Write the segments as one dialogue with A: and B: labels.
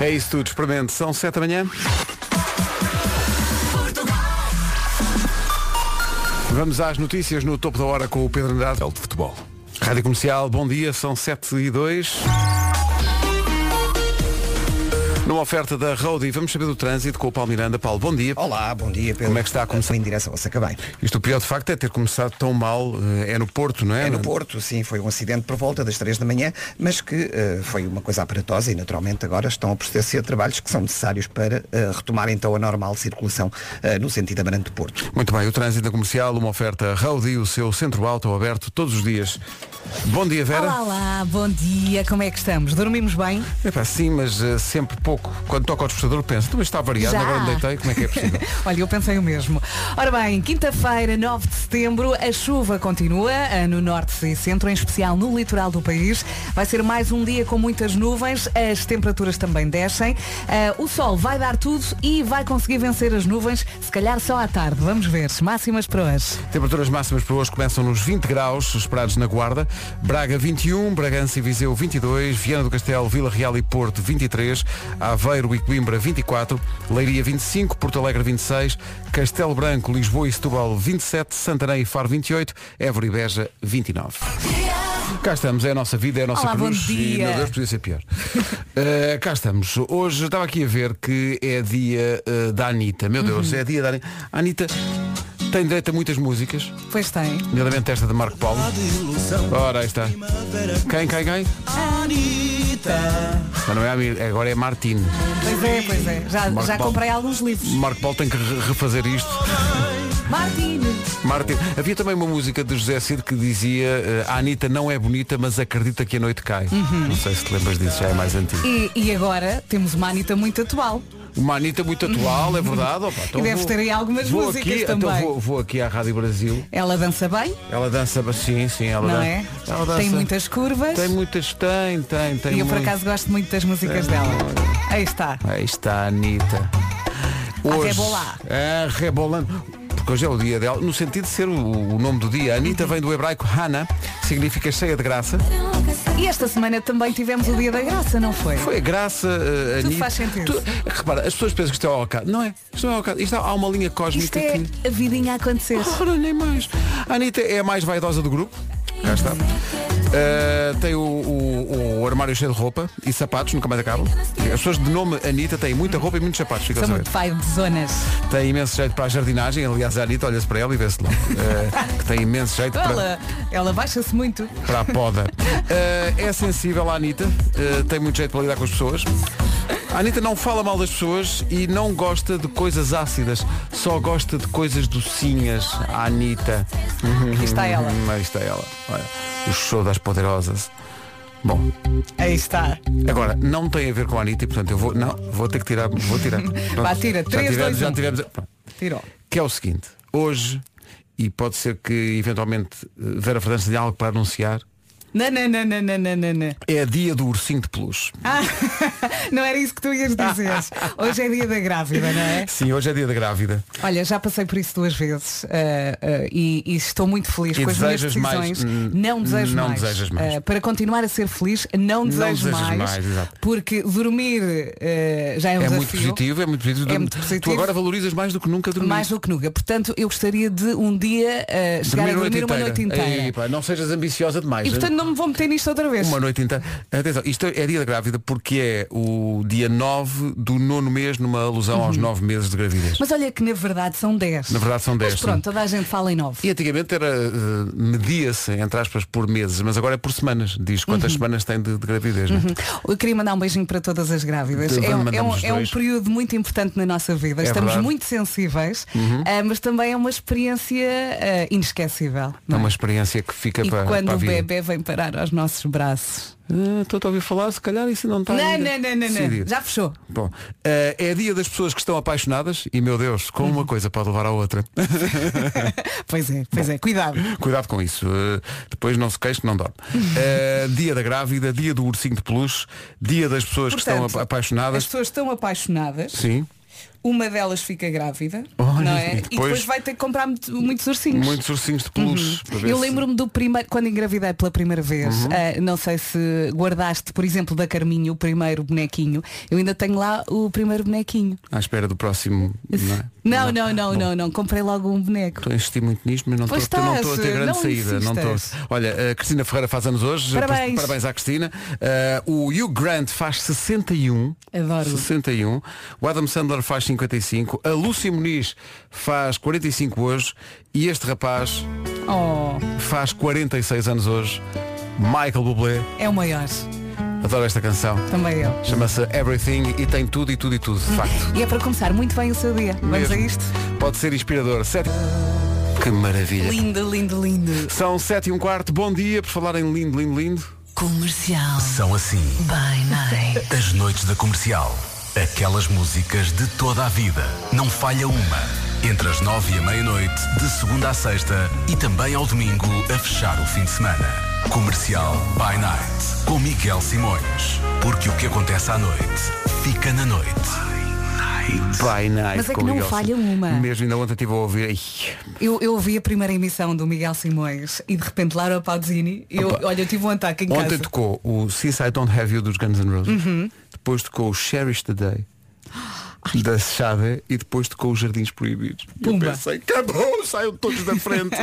A: É isso tudo, experimente. São 7 da manhã. Vamos às notícias no topo da hora com o Pedro Andrade.
B: de futebol.
A: Rádio Comercial, bom dia, são 7 e 2. Numa oferta da Roadie, vamos saber do trânsito com o Paulo Miranda. Paulo, bom dia.
C: Olá, bom dia Pedro.
A: Como é que está a começar?
C: Em direção ao Sacabém.
A: Isto o pior de facto é ter começado tão mal. eh, É no Porto, não é?
C: É no Porto, sim, foi um acidente por volta das três da manhã, mas que eh, foi uma coisa aparatosa e naturalmente agora estão a proceder-se a trabalhos que são necessários para eh, retomar então a normal circulação eh, no sentido Amarante do Porto.
A: Muito bem, o trânsito da comercial, uma oferta Roadie, o seu centro alto ao aberto todos os dias. Bom dia, Vera.
D: Olá, olá, bom dia, como é que estamos? Dormimos bem?
A: Epá, sim, mas eh, sempre pouco. Quando toca ao despertador penso, "Então, mas está variado,
D: Já.
A: agora me deitei, como é que é possível?
D: Olha, eu pensei o mesmo. Ora bem, quinta-feira, 9 de setembro, a chuva continua ah, no norte e centro, em especial no litoral do país. Vai ser mais um dia com muitas nuvens, as temperaturas também descem. Ah, o sol vai dar tudo e vai conseguir vencer as nuvens, se calhar só à tarde. Vamos ver, máximas para hoje.
A: Temperaturas máximas para hoje começam nos 20 graus esperados na Guarda, Braga 21, Bragança e Viseu 22, Viana do Castelo, Vila Real e Porto 23, Aveiro e Coimbra 24, Leiria 25, Porto Alegre 26, Castelo Branco, Lisboa e Setúbal 27, Santarém e Faro 28, Évora e Beja 29. Cá estamos, é a nossa vida, é a nossa
D: Olá, bom
A: cruz e,
D: dia.
A: meu Deus, podia ser pior. Uh, cá estamos. Hoje estava aqui a ver que é dia uh, da Anitta. Meu Deus,
D: Uhum.
A: é dia da Anitta. A Anitta tem direito a muitas músicas.
D: Pois tem.
A: Nomeadamente esta de Marco Paulo. Ora, aí está. Quem, quem, quem? Mas não é Ami- agora é Martin.
D: Pois é, pois é. Já,
A: Marco
D: já
A: Paulo.
D: comprei alguns livros.
A: Marco Paulo tem que re- refazer isto.
D: Martine.
A: Martin. Havia também uma música de José Cid que dizia eh, a Anitta não é bonita, mas acredita que a noite cai.
D: Uhum.
A: Não sei se te lembras disso, já é mais antigo.
D: E, e agora temos uma Anitta muito atual.
A: Uma Anitta muito atual, é verdade. Opa, então
D: E deve
A: vou-
D: ter aí algumas
A: vou
D: músicas
A: aqui, então
D: também.
A: vou, vou aqui à Rádio Brasil.
D: Ela dança bem,
A: Ela dança, sim, sim, ela
D: não
A: dan-
D: é?
A: ela dança.
D: Tem muitas curvas.
A: Tem muitas, tem, tem, tem.
D: e eu por
A: muito. É.
D: acaso gosto muito das músicas dela. Aí está.
A: Aí está a Anitta.
D: rebolar.
A: É, rebolando. Porque hoje é o dia dela, no sentido de ser o, o nome do dia. A
D: Uhum.
A: Anitta vem do hebraico Hana, significa cheia de graça.
D: E esta semana também tivemos o Dia da Graça, não foi?
A: Foi a graça, eh,
D: Tudo
A: Anitta.
D: faz sentido.
A: repara, as pessoas pensam que isto é ao acaso. Não é, isto não é ao acaso. Isto há uma linha
D: Isto
A: cósmica
D: é
A: que.
D: a vidinha a acontecer.
A: Ora, nem mais. A Anitta é a mais vaidosa do grupo. Cá está.
D: Uhum.
A: Eh, tem o, o- o armário cheio de roupa e sapatos, nunca mais acabam. As pessoas de nome Anitta têm muita roupa e muitos sapatos, fica a
D: Sou
A: saber.
D: muito pai de zonas.
A: Tem imenso jeito para a jardinagem, aliás a Anitta olha-se para ela e vê-se lá. eh, que tem imenso jeito para,
D: Ela, ela baixa-se muito.
A: para a poda. Eh, é sensível a Anitta, eh, tem muito jeito para lidar com as pessoas. A Anitta não fala mal das pessoas e não gosta de coisas ácidas, só gosta de coisas docinhas. A Anitta.
D: Aqui está ela.
A: Hum, aí está ela. Olha, o show das poderosas. Bom,
D: Aí está.
A: agora, não tem a ver com a Anitta e portanto eu vou. Não, vou ter que tirar. Vou tirar. Pronto,
D: tira.
A: já
D: Três,
A: tivemos,
D: dois,
A: já
D: um.
A: tivemos. pronto
D: Tirou.
A: que é o seguinte, hoje, e pode ser que eventualmente eh, Vera Fernandes tenha algo para anunciar,
D: Não, não, não, não, não, não, não, não.
A: é dia do ursinho de peluche.
D: Ah, não era isso que tu ias dizer. Hoje é dia da grávida, não é?
A: Sim, hoje é dia da grávida.
D: Olha, já passei por isso duas vezes ah, ah, e, e estou muito feliz
A: E
D: com as minhas
A: desejas mais?
D: decisões.
A: Hum,
D: Não desejo
A: não
D: mais.
A: desejas mais.
D: Ah, para continuar a ser feliz, não desejo
A: desejas
D: mais.
A: mais, exato.
D: porque dormir ah, já é um
A: É
D: desafio.
A: muito positivo, é muito positivo.
D: É muito positivo.
A: Tu agora valorizas mais do que nunca dormir.
D: Mais do que nunca. Portanto, eu gostaria de um dia ah, chegar a dormir uma noite inteira.
A: Ei, pá, não sejas ambiciosa demais.
D: E portanto não me vou meter nisto outra vez.
A: Uma noite inteira. Atenção, isto é dia da grávida porque é o dia 9 do nono mês, numa alusão aos 9 meses de gravidez.
D: Mas olha que na verdade são 10.
A: Na verdade são 10.
D: Uhum. Mas
A: sim.
D: pronto, toda a gente fala em 9.
A: E antigamente era eh, media-se, entre aspas, por meses, mas agora é por semanas. Diz quantas
D: Uhum.
A: semanas tem de, de gravidez. não é?
D: Eu queria mandar um beijinho para todas as grávidas. É um,
A: Então,
D: é, um,
A: mandamos
D: é um
A: dois.
D: período muito importante na nossa vida.
A: É
D: Estamos
A: verdade. Uhum.
D: muito sensíveis, ah, mas também é uma experiência ah, inesquecível.
A: É
D: não é?
A: uma experiência que fica
D: E
A: para,
D: quando
A: para a
D: o
A: vida.
D: bebê vem parar aos nossos braços.
A: Ah, Estou a ouvir falar, se calhar isso não está
D: Não, não,
A: ainda
D: não, não, não.
A: decidido.
D: Já fechou.
A: Bom, eh, é dia das pessoas que estão apaixonadas e, meu Deus, como
D: Uhum.
A: uma coisa pode levar à outra.
D: Pois é, pois é. Cuidado.
A: Cuidado com isso. eh, depois não se queixe, não dorme.
D: Uhum.
A: Eh, dia da grávida, dia do ursinho de peluche, dia das pessoas que estão
D: Portanto,
A: apa- apaixonadas.
D: As pessoas estão apaixonadas.
A: Sim.
B: Uma delas fica grávida,
A: Olha,
B: não é?
A: Oh, e
B: E
A: depois-
B: depois, vai ter que comprar muito- muitos ursinhos.
A: Muitos ursinhos de peluche. para ver
D: Uhum. Eu
A: se- Uhum.
D: lembro-me do primeiro, quando engravidei pela primeira vez, ah, não sei se guardaste, por exemplo, da Carminho o primeiro bonequinho, eu ainda tenho lá o primeiro bonequinho.
A: À espera do próximo. Não, é?
D: Não, não, não, não, não, comprei logo um boneco.
A: Estou a insistir muito nisto, mas não estou
D: Pois
A: estou- não estou a ter
D: estás,
A: grande
D: não
A: saída. Não estou.
D: insistas.
A: Olha, a Cristina Ferreira faz anos hoje.
D: Parabéns.
A: Parabéns à Cristina. Eh, o Hugh Grant faz 61.
D: Adoro.
A: 61. O Adam Sandler faz 55. A Lúcia Muniz faz 45 hoje. E este rapaz
D: Oh,
A: faz 46 anos hoje. Michael Bublé.
D: é o maior,
A: Adoro esta canção.
D: também eu.
A: Chama-se Everything e tem tudo e tudo e tudo, de facto.
D: E é para começar muito bem o seu dia. Vamos
A: Mesmo.
D: a isto?
A: Pode ser inspirador. Sete... Que maravilha.
D: Lindo, lindo, lindo.
A: São 7 e um quarto, bom dia, por falar em lindo, lindo, lindo.
E: Comercial.
F: São assim
E: Bem, bem.
F: as noites da comercial. Aquelas músicas de toda a vida. Não falha uma. Entre as nove e a meia-noite, de segunda à sexta e também ao domingo, a fechar o fim de semana. Comercial By Night. Com Miguel Simões. Porque o que acontece à noite, fica na noite.
A: By night.
D: Mas é que
A: com
D: não
A: Miguel
D: falha
A: Sim.
D: uma.
A: Mesmo ainda ontem estive a ouvir. Ai,
D: Eu, eu ouvi a primeira emissão do Miguel Simões e de repente Lara Pausini, eu,
A: Opa.
D: olha, eu tive um ataque em
A: Ontem
D: casa. Uhum.
A: tocou o Since I Don't Have You dos Guns N' Roses. Depois tocou o Cherish the Day. Da Chave e depois tocou os Jardins Proibidos. E Eu
D: Pumba.
A: pensei, acabou, saiam todos da frente.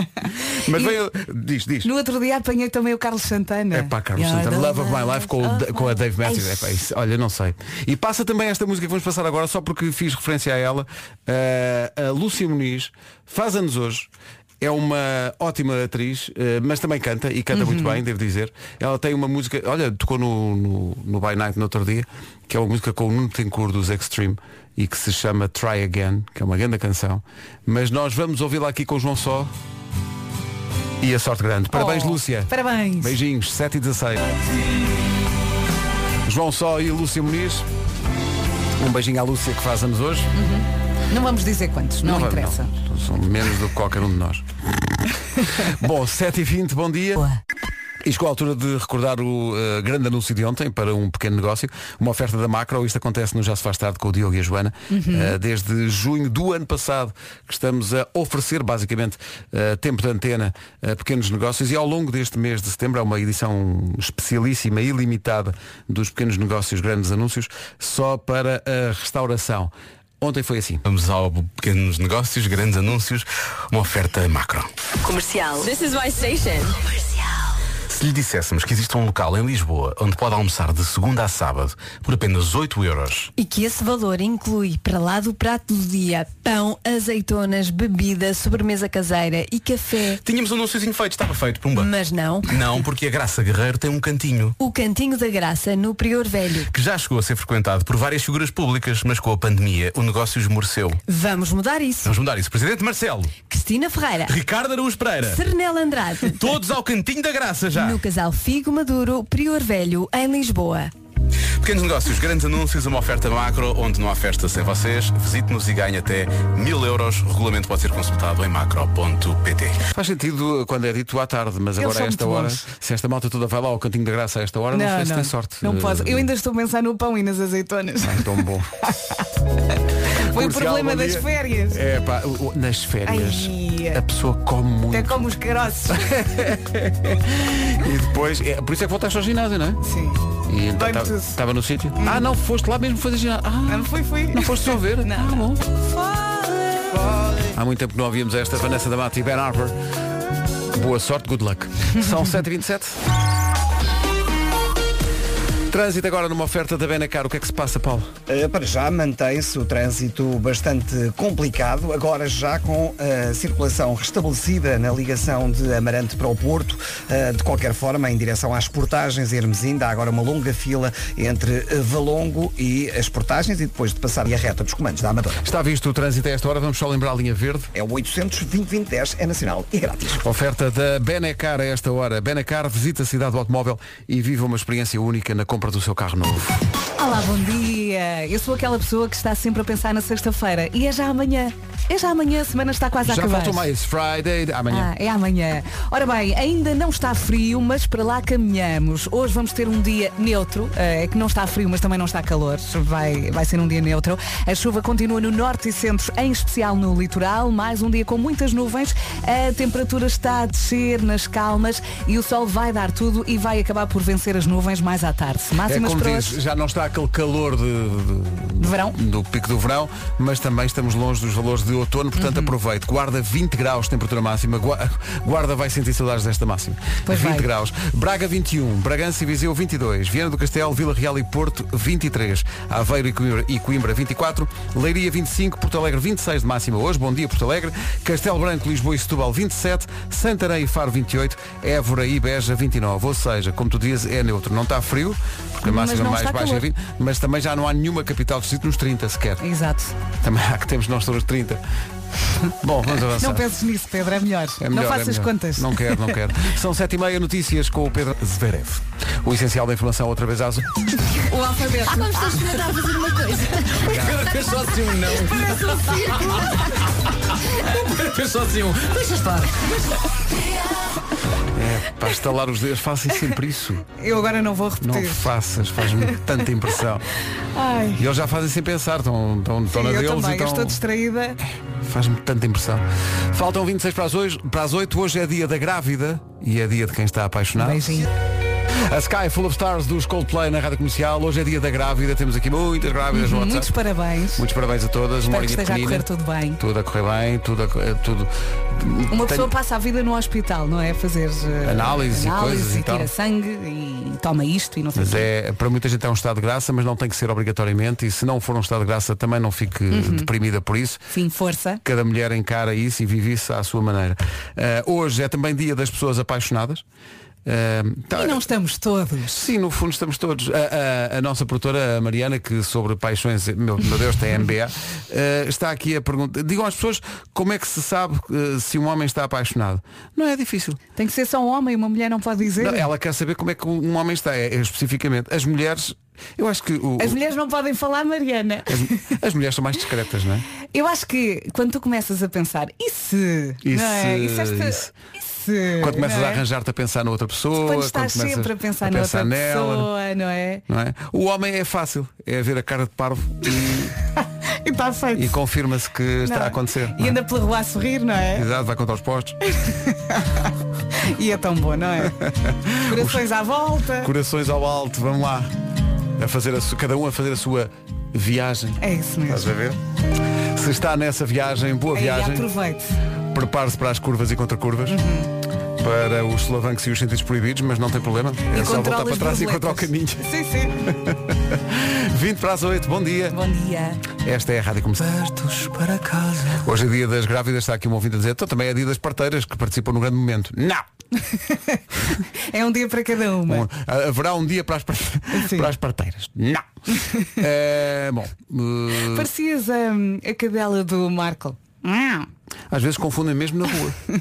A: Mas
D: E-
A: veio. Diz, diz.
D: No outro dia apanhei também o Carlos Santana.
A: É pá, Carlos
D: E olha,
A: Santana, Love of My Life com, o
D: Love
A: Da- com a
D: of
A: Dave
D: My-
A: Matthews.
D: Ai,
A: É pá, isso- olha, não sei. E passa também esta música que vamos passar agora, só porque fiz referência a ela. Eh, a Lúcia Muniz faz anos hoje. É uma ótima atriz, eh, mas também canta e canta
D: Uhum.
A: muito bem, devo dizer. Ela tem uma música, olha, tocou no, no, no By Night no outro dia, que é uma música com o Nuno Tencourt dos Extreme e que se chama Try Again, que é uma grande canção. Mas nós vamos ouvi-la aqui com o João Só e a sorte grande. Parabéns,
D: Oh,
A: Lúcia.
D: Parabéns.
A: Beijinhos, 7 e 16. João Só e Lúcia Muniz. Um beijinho à Lúcia que faz anos hoje.
D: Não vamos dizer quantos, não,
A: vamos,
D: interessa.
A: não. São menos do que qualquer um de nós. bom, 7 e 20 bom dia.
E: Boa.
A: E chegou a altura de recordar o eh, grande anúncio de ontem para um pequeno negócio, uma oferta da Macro, isto acontece no Já se faz tarde com o Diogo e a Joana,
D: Uhum.
A: Eh, desde junho do ano passado que estamos a oferecer basicamente eh, tempo de antena a pequenos negócios e ao longo deste mês de setembro é uma edição especialíssima, ilimitada dos pequenos negócios, grandes anúncios, só para a restauração. Ontem foi assim.
F: Vamos ao pequenos negócios, grandes anúncios, uma oferta macro.
E: Comercial.
G: This is my station.
F: Se lhe disséssemos que existe um local em Lisboa onde pode almoçar de segunda a sábado por apenas 8 euros,
H: E que esse valor inclui, para lá do prato do dia, pão, azeitonas, bebida, sobremesa caseira e café.
F: Tínhamos um anúnciozinho feito, estava feito, pumba.
H: Mas não,
F: Não, porque a Graça Guerreiro tem um cantinho
H: o Cantinho da Graça, no Prior Velho.
F: que já chegou a ser frequentado por várias figuras públicas, mas com a pandemia o negócio esmoreceu.
H: Vamos mudar isso.
F: Vamos mudar isso. Presidente Marcelo,
H: Cristina Ferreira,
F: Ricardo Araújo Pereira,
H: Sernela Andrade,
F: todos ao cantinho da Graça já.
H: no Casal Figo Maduro, Prior Velho, em Lisboa.
F: Pequenos negócios, grandes anúncios, uma oferta macro onde não há festa sem vocês. Visite-nos e ganhe até mil euros. O regulamento pode ser consultado em macro.pt.
A: Faz sentido quando é dito à tarde, mas
D: Eles
A: agora a
D: são
A: esta
D: muito
A: hora,
D: bons.
A: se esta malta toda vai lá ao cantinho da graça a esta hora, não, sei se tem sorte.
D: não posso. Eu
A: Eh,
D: ainda estou a pensar no pão e nas azeitonas.
A: Ai, tão bom.
D: Foi o
A: Comercial,
D: problema
A: bom
D: das
A: dia.
D: férias.
A: É pá, o- o- nas férias
D: Ai.
A: a pessoa come muito
D: Até como os caroços.
A: e depois. É, por isso é que voltaste ao ginásio, não é?
D: Sim.
A: E
D: Bem, tudo. Hum.
A: estava no sítio. Ah, não, foste lá mesmo fazer ginásio. Ah,
D: Não, fui, fui.
A: não foste só ver?
D: Não.
A: Ah, bom. Há muito tempo que não ouvíamos esta Vanessa da Mata e Ben Harper. Boa sorte, good luck. São 7h27. Trânsito agora numa oferta da Benacar. O que é que se passa, Paulo?
C: Uh, Para já mantém-se o trânsito bastante complicado, agora já com a circulação restabelecida na ligação de Amarante para o Porto. Uh, De qualquer forma, em direção às portagens, Hermesinda, há agora uma longa fila entre uh, Valongo e as portagens e depois de passar a reta dos comandos da Amadora.
A: Está visto o trânsito a esta hora. Vamos só lembrar a linha verde.
C: É o 800-2020-10, é nacional e grátis.
A: Oferta da Benacar a esta hora. Benacar visita a cidade do automóvel e vive uma experiência única na compra do seu carro novo.
D: Olá, bom dia. Eu sou aquela pessoa que está sempre a pensar na sexta-feira. E é já amanhã. É já amanhã, a semana está quase a
A: Já
D: acabar.
A: faltou mais. Friday, amanhã.
D: Ah, é amanhã. Ora bem, ainda não está frio, mas para lá caminhamos. Hoje vamos ter um dia neutro, eh, é que não está frio, mas também não está calor. Vai, vai ser um dia neutro. A chuva continua no norte e centro, em especial no litoral. Mais um dia com muitas nuvens. A temperatura está a descer nas calmas e o sol vai dar tudo e vai acabar por vencer as nuvens mais à tarde.
A: é
D: Máximas
A: como
D: para
A: diz,
D: hoje.
A: já não está aquele calor de, de-
D: De verão.
A: do pico do verão, mas também estamos longe dos valores de outono, portanto
D: Uhum.
A: aproveite. Guarda 20 graus de temperatura máxima. Gua- Guarda vai sentir saudades desta máxima.
D: Pois
A: 20
D: vai.
A: graus. Braga 21, Bragança e Viseu 22, Viana do Castelo, Vila Real e Porto 23, Aveiro e Coimbra, e Coimbra 24, Leiria 25, Porto Alegre 26 de máxima hoje. Bom dia Porto Alegre. Castelo Branco, Lisboa e Setúbal 27, Santarém e Faro 28, Évora e Beja 29. Ou seja, como tu dizes, é neutro. Não está frio, porque a
D: Mas
A: máxima
D: não
A: mais
D: está
A: baixa é
D: calor.
A: 20, mas também já não há nenhuma capital de distrito nos 30 sequer.
D: Exato.
A: Também há que temos nós sobre os 30. Bom, vamos avançar.
D: Não penses nisso, Pedro, é melhor.
A: É
D: não
A: melhor, é
D: faças
A: melhor.
D: contas.
A: Não quero, não quero. São sete e meia notícias com o Pedro Zverev. O essencial da informação outra vez às...
D: O alfabeto.
H: Vamos ter experimentar fazer uma coisa.
G: Fez só assim um não. Fez só assim um. Deixa estar.
A: É, para estalar os dedos, façam sempre isso.
D: Eu agora não vou
A: Não
D: repetir.
A: faças, faz-me tanta impressão.
D: Ai.
A: E eles já fazem sem pensar, estão, estão, estão
D: Sim,
A: na
D: eu
A: deles
D: também,
A: e
D: eu
A: estão...
D: estou distraída.
A: Faz-me tanta impressão. Faltam 26 para as, hoje, para as 8. Hoje é dia da grávida e é dia de quem está apaixonado.
D: Beijinho.
A: A Sky Full of Stars dos Coldplay na Rádio Comercial. Hoje é dia da grávida. Temos aqui muitas grávidas no WhatsApp.
D: Muitos parabéns.
A: Muitos parabéns a todas.
D: Uhum, Espero
A: horinha
D: que esteja a correr
A: pequenina.
D: tudo bem.
A: Tudo a correr bem, tudo a co- eh, tudo.
D: Uma
A: Tenho-
D: pessoa passa a vida no hospital, não é? Fazer eh,
A: Análise e coisas
D: e,
A: e tal.
D: tira sangue e toma isto e não sei o
A: Mas
D: quê.
A: é, para muita gente é um estado de graça, mas não tem que ser obrigatoriamente. E se não for um estado de graça, também não fique
D: Uhum.
A: deprimida por isso.
D: Sim, força.
A: Cada mulher encara isso e vive isso à sua maneira. Eh, hoje é também dia das pessoas apaixonadas. Eh, tá-
D: E não estamos todos.
A: Sim, no fundo estamos todos. A, a- a nossa produtora, a Mariana, que sobre paixões, meu, meu Deus, tem MBA, eh, está aqui a perguntar. Digam às pessoas como é que se sabe eh, se um homem está apaixonado. Não é difícil.
D: Tem que ser só um homem, uma mulher não pode dizer.
A: Não, ela quer saber como é que um homem está, é, é, especificamente. As mulheres, eu acho que o-
D: As mulheres não podem falar, Mariana.
A: as, as mulheres são mais discretas, não é?
D: Eu acho que quando tu começas a pensar, e se?
A: E
D: não é?
A: se-
D: E se esta-
A: isso.
D: e se?
A: Quando começas
D: não
A: a
D: é?
A: arranjar-te a pensar noutra pessoa,
D: Quando estás
A: começas
D: sempre a pensar, na
A: pensar
D: outra
A: nela,
D: pessoa, não é?
A: não é? O homem é fácil, é ver a cara de parvo
D: E está feito.
A: e confirma-se que está
D: Não.
A: a acontecer. não
D: E
A: é?
D: anda pela rua a sorrir, não é?
A: Exato, vai contar os postos.
D: E é tão bom, não é? Corações à volta.
A: Corações ao alto, vamos lá. A fazer a su- cada um a fazer a sua viagem.
D: É isso mesmo. É,
A: Estás a ver? Se está nessa viagem, boa
D: E
A: viagem.
D: aproveite.
A: Prepare-se para as curvas e contracurvas. Para os solavancos e os sentidos proibidos, mas não tem problema. É
D: Uhum. e
A: só voltar
D: controla
A: para
D: as
A: trás e encontrar o caminho.
D: borboletas. Sim, sim.
A: 20 para as 8, bom dia.
D: Bom dia.
A: Esta é a Rádio Comercial.
G: para casa.
A: Hoje é dia das grávidas, está aqui um ouvinte a dizer, então também é dia das parteiras que participam no grande momento. Não!
D: É um dia para cada uma.
A: Um- ha- haverá um dia para as, parte-
D: Sim.
A: para as parteiras. Não! Eh, bom, eh,
D: Parecias hum, a cadela do Marco. Não
A: às vezes confundem mesmo na rua. É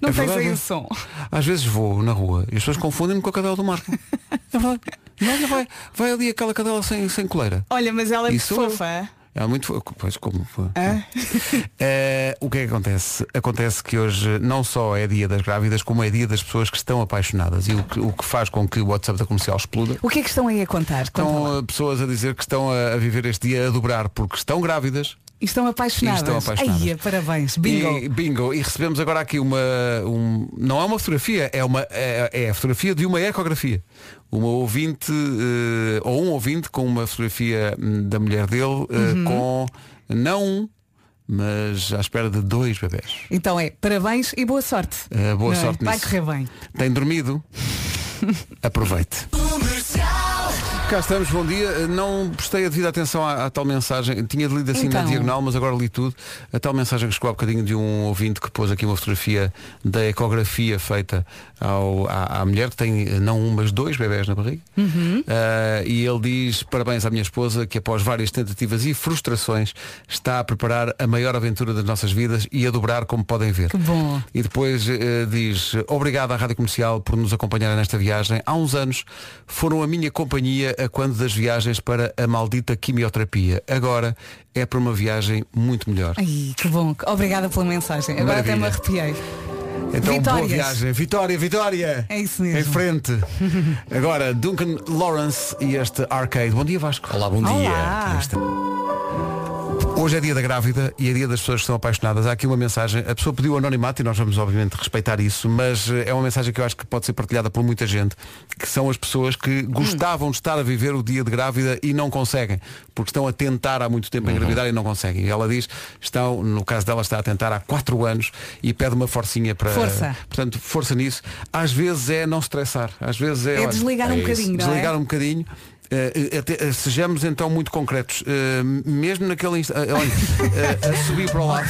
D: tens
A: verdade,
D: aí
A: é?
D: o som.
A: Às vezes vou na rua e as pessoas confundem-me com a cadela do Marco. É verdade. Não, olha, vai, vai ali aquela cadela sem, sem coleira.
D: Olha, mas ela é
A: Isso
D: muito fofa.
A: É muito fo- Pois como.
D: Hã?
A: Eh, o que é que acontece? Acontece que hoje não só é dia das grávidas, como é dia das pessoas que estão apaixonadas. E o que, o que faz com que o WhatsApp da comercial exploda.
D: O que é que estão aí a contar? Conta lá.
A: Estão eh, pessoas a dizer que estão a, a viver este dia a dobrar porque estão grávidas.
D: E Estão apaixonadas.
A: E estão apaixonadas.
D: Ai, é, parabéns. Bingo.
A: E, bingo. E recebemos agora aqui uma. um- não é uma fotografia, é, uma, é, é a fotografia de uma ecografia. Uma ouvinte, eh, ou um ouvinte, com uma fotografia hum, da mulher dele, eh,
D: Uhum.
A: com não um, mas à espera de dois bebés.
D: Então é parabéns e boa sorte.
A: Eh,
D: Não
A: boa
D: é?
A: sorte
D: Vai
A: nisso.
D: correr bem.
A: Tem dormido? Aproveite. Cá estamos, bom dia. Não prestei a devida atenção à, à tal mensagem. Tinha lido assim na
D: Então.
A: diagonal, mas agora li tudo. A tal mensagem que chegou há bocadinho de um ouvinte que pôs aqui uma fotografia da ecografia feita ao- à, à mulher, que tem eh, não um, mas dois bebés na barriga.
D: Uhum.
A: Ah, e ele diz, parabéns à minha esposa, que após várias tentativas e frustrações está a preparar a maior aventura das nossas vidas e a dobrar, como podem ver.
D: Que bom.
A: E depois eh, diz, obrigado à Rádio Comercial por nos acompanhar nesta viagem. Há uns anos foram a minha companhia a quando das viagens para a maldita quimioterapia. Agora é para uma viagem muito melhor.
D: Ai, que bom. Obrigada pela mensagem. Agora até me
A: Maravilha.
D: arrepiei.
A: Então, boa
D: Vitórias.
A: viagem. Vitória, Vitória!
D: É isso mesmo.
A: Em frente. Agora, Duncan Lawrence e este arcade. Bom dia, Vasco.
G: Olá, bom dia.
D: Olá.
G: Como está?
A: Hoje é dia da grávida e é dia das pessoas que são apaixonadas. Há aqui uma mensagem. A pessoa pediu anonimato e nós vamos, obviamente, respeitar isso, mas eh, é uma mensagem que eu acho que pode ser partilhada por muita gente, que são as pessoas que gostavam de estar a viver o dia de grávida e não conseguem, porque estão a tentar há muito tempo engravidar e não conseguem. E ela diz, estão, no caso dela, está a tentar há quatro anos e pede uma forcinha para.
D: Força.
A: Portanto, força nisso. Às vezes é não estressar, às vezes é.
D: É
A: olha,
D: desligar um bocadinho, não
A: desligar
D: é?
A: um bocadinho. Eh, eh, até- eh, sejamos então muito concretos. Eh, mesmo naquele instante. olha, eh, a subir para o lado.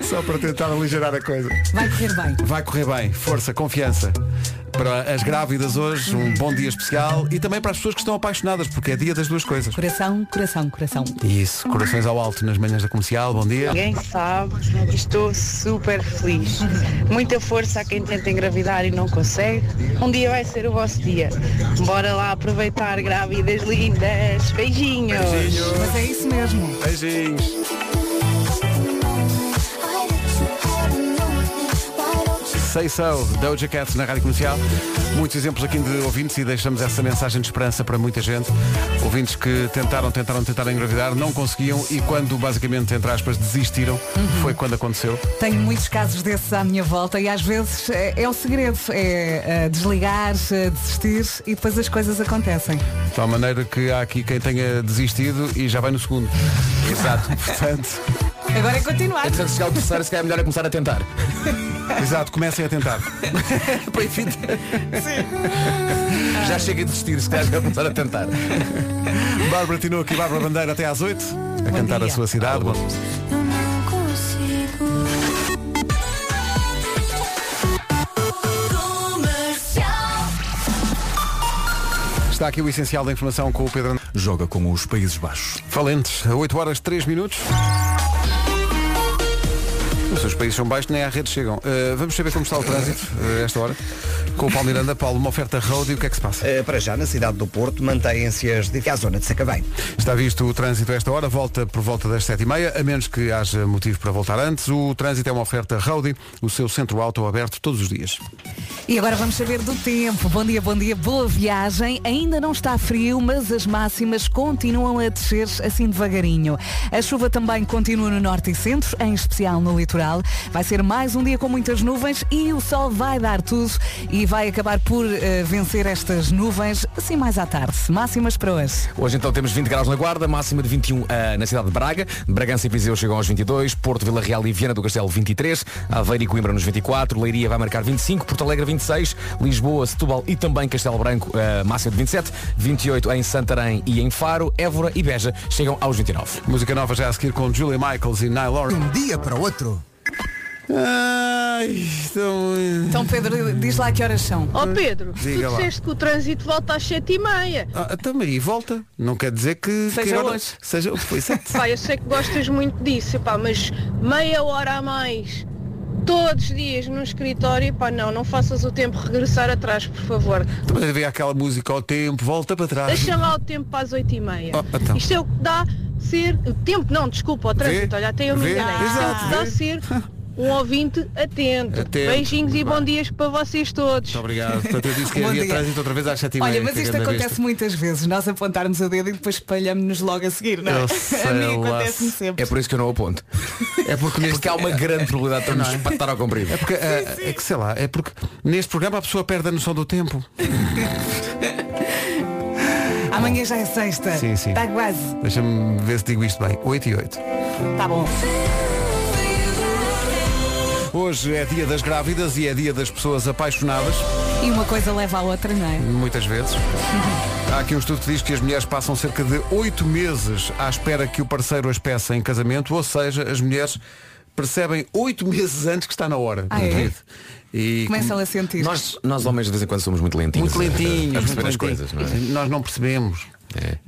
A: Só para tentar aligerar a coisa.
D: Vai correr bem.
A: Vai correr bem. Força, confiança. Para as grávidas hoje, um bom dia especial. E também para as pessoas que estão apaixonadas, porque é dia das duas coisas.
D: Coração, coração, coração.
A: Isso, corações ao alto nas manhãs da comercial. Bom dia.
I: Ninguém sabe, estou super feliz. Muita força a quem tenta engravidar e não consegue. Um dia vai ser o vosso dia. Bora lá aproveitar, grávidas lindas. Beijinhos.
D: Mas é isso mesmo.
A: Beijinhos. Sei So, Doja Cat na Rádio Comercial. Muitos exemplos aqui de ouvintes e deixamos essa mensagem de esperança para muita gente. Ouvintes que tentaram, tentaram, tentaram engravidar, não conseguiam e quando basicamente, entre aspas, desistiram, foi quando aconteceu.
D: Tenho muitos casos desses à minha volta e às vezes é, é o segredo. É, é, desligar, é, desistir e depois as coisas acontecem.
A: De tal maneira que há aqui quem tenha desistido e já vai no segundo.
G: Exato.
A: Portanto,
D: Agora é continuar.
G: Entretanto, se chegar ao terceiro, se calhar é melhor é começar a tentar.
A: exato, comecem a tentar.
G: Para evitar. Já chega a desistir, se calhar é melhor começar a tentar.
A: Bárbara Tinoco e Bárbara Bandeira até às 8 a
D: Bom
A: cantar a
D: dia.
A: sua cidade. Bom- Está aqui o essencial da informação com o Pedro André.
F: Joga com os Países Baixos.
A: Valentes, a 8 horas 3 minutos. Se os países são baixos, nem à rede chegam. Uh, vamos saber como está o trânsito uh, esta hora. Com o Paulo Miranda, Paulo, uma oferta road e o que é que se passa?
C: Eh, para já, na cidade do Porto, mantêm-se as de à zona de Sacavém.
A: Está visto o trânsito a esta hora, volta por volta das 7h30, a menos que haja motivo para voltar antes. O trânsito é uma oferta Roadie, o seu centro auto aberto todos os dias.
D: E agora vamos saber do tempo. Bom dia, bom dia, boa viagem. Ainda não está frio, mas as máximas continuam a descer assim devagarinho. A chuva também continua no norte e centro, em especial no litoral. Vai ser mais um dia com muitas nuvens e o sol vai dar tudo e vai acabar por eh, vencer estas nuvens assim mais à tarde. Máximas para hoje.
G: Hoje então temos 20 graus na Guarda, máxima de 21 ah, na cidade de Braga, Bragança e Viseu chegam aos 22, Porto, Vila Real e Viana do Castelo 23, Aveiro e Coimbra nos 24, Leiria vai marcar 25, Porto Alegre 26, Lisboa, Setúbal e também Castelo Branco, ah, máxima de 27, 28 em Santarém e em Faro, Évora e Beja chegam aos 29.
A: Música nova já a seguir com Julia Michaels e Nile Horan.
G: Dia para outro.
A: Ai, estão...
D: Então Pedro, diz lá que horas são.
I: Ó Pedro,
A: Diga
I: tu
A: lá.
I: disseste que o trânsito volta às 7h30.
A: Ah, também, e volta. Não quer dizer que...
D: Seja
A: que agora-
D: hoje.
A: Seja... é. Foi sete.
I: Pá, eu sei que gostas muito disso, pá, mas meia hora a mais todos os dias no escritório, pá, não, não faças o tempo regressar atrás, por favor.
A: Também havia aquela música ao tempo, volta para trás.
I: Deixa lá o tempo para as 8 e meia.
A: Ah. Oh, então.
I: Isto é o que dá ser. O tempo não, desculpa, o trânsito, olha, até eu me
A: Vê?
I: enganei. Isto é o que
A: Exato,
I: dá
A: vê.
I: ser um ouvinte atento.
A: Atento.
I: Beijinhos e bom dias para vocês todos.
A: Muito obrigado. Portanto, eu disse que
D: Bom
A: havia
D: dia.
A: trânsito outra vez às 7h30.
D: Olha, mas isto acontece muitas vezes. Nós apontarmos o dedo e depois espalhamos-nos logo a seguir, não é?
A: Eu sei
D: A mim
A: lá.
D: acontece-me sempre.
G: É por isso que eu não aponto.
A: É porque neste...
G: Porque há uma grande probabilidade de nos patar ao comprido.
A: É porque, ah, é que sei lá, é porque neste programa a pessoa perde a noção do tempo.
D: Amanhã já é sexta.
A: Sim, sim.
D: Está quase.
A: Deixa-me ver se digo isto bem. 8 e 8.
D: Tá bom.
A: Hoje é dia das grávidas e é dia das pessoas apaixonadas,
D: E uma coisa leva à outra, não é?
A: muitas vezes. Há aqui um estudo que diz que as mulheres passam cerca de 8 meses à espera que o parceiro as peça em casamento, ou seja, as mulheres percebem 8 meses antes que está na hora.
D: Ah, é?
A: acredito. E
D: Começam a sentir.
G: Nós, nós homens de vez em quando somos muito lentinhos.
A: Muito lentinhos.
G: A perceber
A: muito
G: as
A: lentinhos.
G: coisas, não é?
A: Nós não percebemos.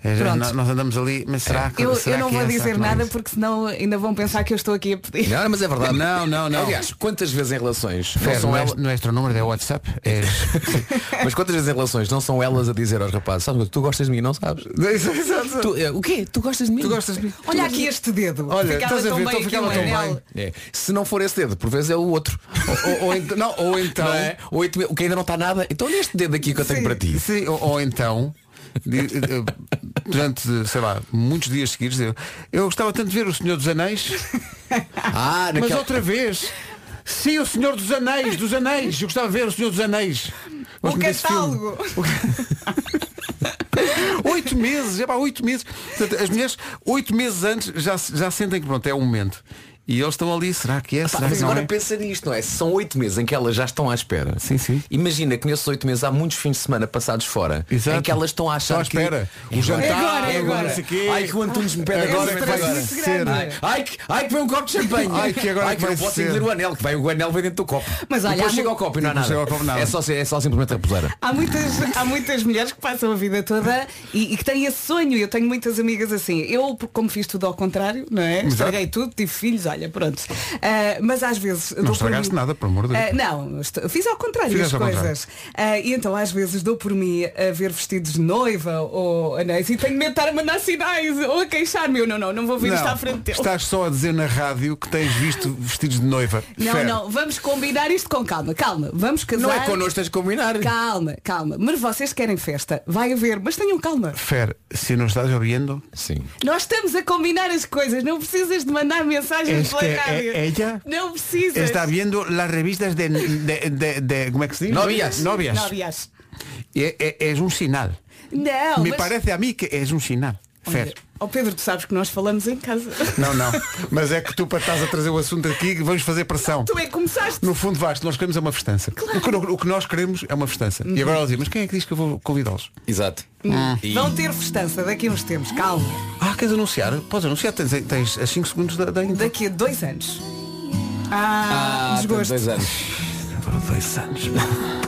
A: É, já
D: Pronto.
A: nó- Nós andamos ali, mas será que
D: Eu,
A: será
D: eu não
A: que
D: vou
A: é, será
D: dizer
A: que não é?
D: nada porque senão ainda vão pensar que eu estou aqui a pedir.
G: Não, mas é verdade.
A: Não, não, não.
G: Aliás, quantas vezes em relações não
A: Fer,
G: são
A: não, é,
G: elas,
A: não és teu número, é WhatsApp. És...
G: mas quantas vezes em relações não são elas a dizer aos rapazes, sabes, é tu gostas de mim, não sabes? Tu, eh, o quê? Tu gostas de mim?
A: Tu gostas de mim?
D: Olha aqui este dedo.
A: Olha,
D: Ficava
A: estás a
D: tão
A: ver,
D: bem
A: então
D: aqui
A: ficava
D: um
A: tão
D: anel.
A: bem.
G: É. Se não for esse dedo, por vezes é o outro.
A: ou, ou ent- não, ou então,
G: Não é? Ou ent- o que ainda não está nada. Então olha este dedo aqui que eu tenho para ti.
A: Sim, ou, ou então, di- eh, durante, sei lá, muitos dias seguidos, eu, eu gostava tanto de ver o Senhor dos Anéis,
G: Ah,
A: mas
G: naquela-
A: outra vez. Sim, o Senhor dos Anéis, dos Anéis. Eu gostava de ver o Senhor dos Anéis.
D: O
A: Gosto muito desse filme.
D: catálogo.
A: Oito meses, é pá, oito meses. Portanto, as mulheres, oito meses antes, já, se- já sentem que pronto, é o momento. E eles estão ali, será que é?
G: Pá,
A: Será que
G: mas
A: não
G: agora
A: é?
G: pensa nisto, não é? Se São oito meses em que elas já estão à espera.
A: Sim, sim.
G: Imagina que nesses oito meses há muitos fins de semana passados fora
A: Exato.
G: em que elas estão a achar
A: Estão à espera.
G: que...
A: O jantar,
D: agora, é agora.
A: não sei o quê.
G: Ai que o Antunes me pede
A: Agora
G: agora
A: é
G: que
A: que vai
G: vai
A: ser.
G: ser. Ai, ai, que, ai que vem um copo de champanhe.
A: Ai, que agora
G: ai, que
A: vai
G: não posso
A: ser.
G: engolir o anel, que vai, o anel vem dentro do copo.
D: Mas olha,
G: Depois
D: há
G: chega
D: mu-
G: ao copo e não há
A: Depois
G: nada.
A: chega ao copo, nada.
G: É, só, é só simplesmente a reposeira.
D: Há muitas, há muitas mulheres que passam a vida toda e, e que têm esse sonho. Eu tenho muitas amigas assim. Eu, porque como fiz tudo ao contrário, não é? Estraguei tudo, tive filhos, olha, pronto. Ah, mas às vezes. Não
A: estragaste nada, por amor de Deus.
D: Ah, não, est- fiz ao contrário
A: Fizeste
D: as
A: ao
D: coisas. Ah, e então às vezes dou por mim a ver vestidos de noiva ou anéis e tenho medo de estar a mandar sinais ou a queixar-me. Eu não, não, não vou vir isto à frente dele.
A: estás só a dizer na rádio que tens visto vestidos de noiva.
D: Não,
A: Fer.
D: não, vamos combinar isto com calma, calma. Vamos casar.
G: Não é connosco, tens de combinar.
D: Calma, calma. Mas vocês querem festa. Vai haver, mas tenham calma.
A: Fer, se não estás ouvindo,
G: Sim.
D: Nós estamos a combinar as coisas. Não precisas de mandar mensagens
A: Este
D: pela
A: é-
D: rádio.
A: é- ella
D: Não precisas.
A: está vindo las revistas de, de, de- de- como é que se diz?
G: Novias.
A: Novias.
D: Novias.
A: É, é- és um sinal.
D: Não, Oh,
A: Me
D: mas...
A: parece a mim que és um sinal. Fer.
D: Olha, oh Pedro, tu sabes que nós falamos em casa.
A: Não, não. Mas é que tu para estás a trazer o assunto aqui, vamos fazer pressão.
D: tu é que começaste.
A: No fundo vasto, nós queremos é uma festança. O, que, o que nós queremos é uma festança. E agora eles dizem, mas quem é que diz que eu vou convidá-los?
G: Exato. E-
D: Hum. Vão ter festança daqui a uns tempos. Calma.
A: Ah, queres anunciar? Podes anunciar, tens, tens as 5 segundos da, da intro.
D: Daqui a dois anos. Ah,
G: Ah, temos
D: desgosto.
G: dois anos.
A: Dois anos.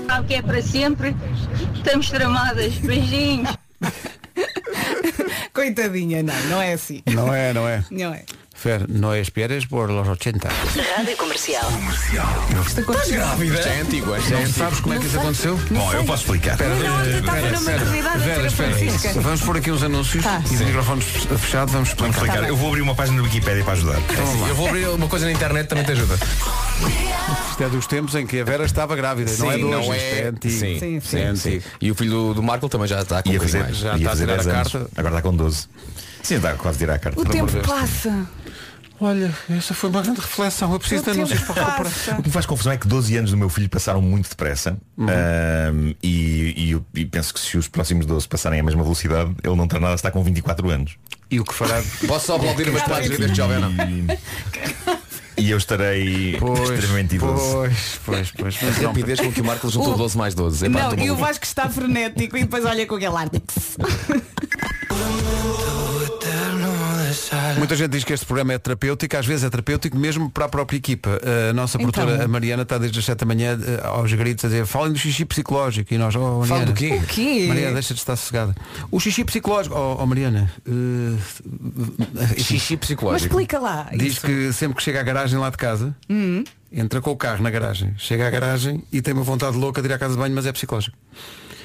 I: Sabe que é para sempre? Estamos tramadas. Beijinhos.
D: Coitadinha, não, não é assim.
A: Não é, não é.
D: Não é.
A: Fer, no esperes por los 80.
E: Rádio Comercial.
D: Isto aconteceu.
G: Isto é antigo, isto é antigo.
A: Sabes como é que isso aconteceu?
F: Bom, eu posso explicar.
D: Não, estava numa realidade a ser a Francisca. Tá.
A: Vamos pôr aqui uns anúncios e os microfones fechados, vamos
F: Vamos
A: explicar.
F: explicar. Eu vou abrir uma página do Wikipedia para ajudar.
G: Eu vou abrir uma coisa na internet também te ajuda.
A: Isto é dos tempos em que a Vera estava grávida, não é de hoje, isto é antigo.
G: Sim,
D: Sim,
G: sim,
A: é
G: sim.
A: antigo.
G: E o filho do, do Marco também já está com um
F: Ia
G: bocadinho
F: fazer,
G: mais.
A: já
F: ia
A: está a
F: fazer
A: tirar a
F: 10 anos.
A: carta.
F: Agora está com 12. Sim, está quase a tirar a carta.
D: O
F: por amor de
D: tempo
F: Deus.
D: passa.
A: Olha, essa foi uma grande reflexão. Eu preciso de
D: O
A: anúncios
D: tempo
A: para recuperar.
D: passa.
F: O que me faz confusão é que 12 anos do meu filho passaram muito depressa
A: Uhum.
F: Ahm, e, e eu- e penso que se os próximos 12 passarem à mesma velocidade, ele não terá nada, está com 24 anos.
A: E o que fará?
G: Posso só aplaudir umas palavras deste jovem, não?
F: E eu estarei extremamente idoso.
A: pois, pois, pois. Mas não,
G: Rapidez com que o Marco juntou
D: O-
G: 12 mais 12. É pá,
D: Não,
G: estou
D: e o
G: maluco.
D: Vasco está frenético e depois olha com aquele ar. de-
A: Muita gente diz que este programa é terapêutico, às vezes é terapêutico mesmo para a própria equipa. A nossa
D: Então.
A: produtora a Mariana está desde as 7 da manhã eh, aos gritos a dizer falem do xixi psicológico e nós, oh Mariana.
G: Fala do quê?
D: O quê?
A: Mariana, deixa de estar sossegada. O xixi psicológico, oh, oh, Mariana, eh,
G: Xixi
D: Mas
G: psicológico.
D: explica lá.
A: diz que sempre que chega à garagem lá de casa,
D: Hum.
A: entra com o carro na garagem, chega à garagem e tem uma vontade louca de ir à casa de banho, mas é psicológico.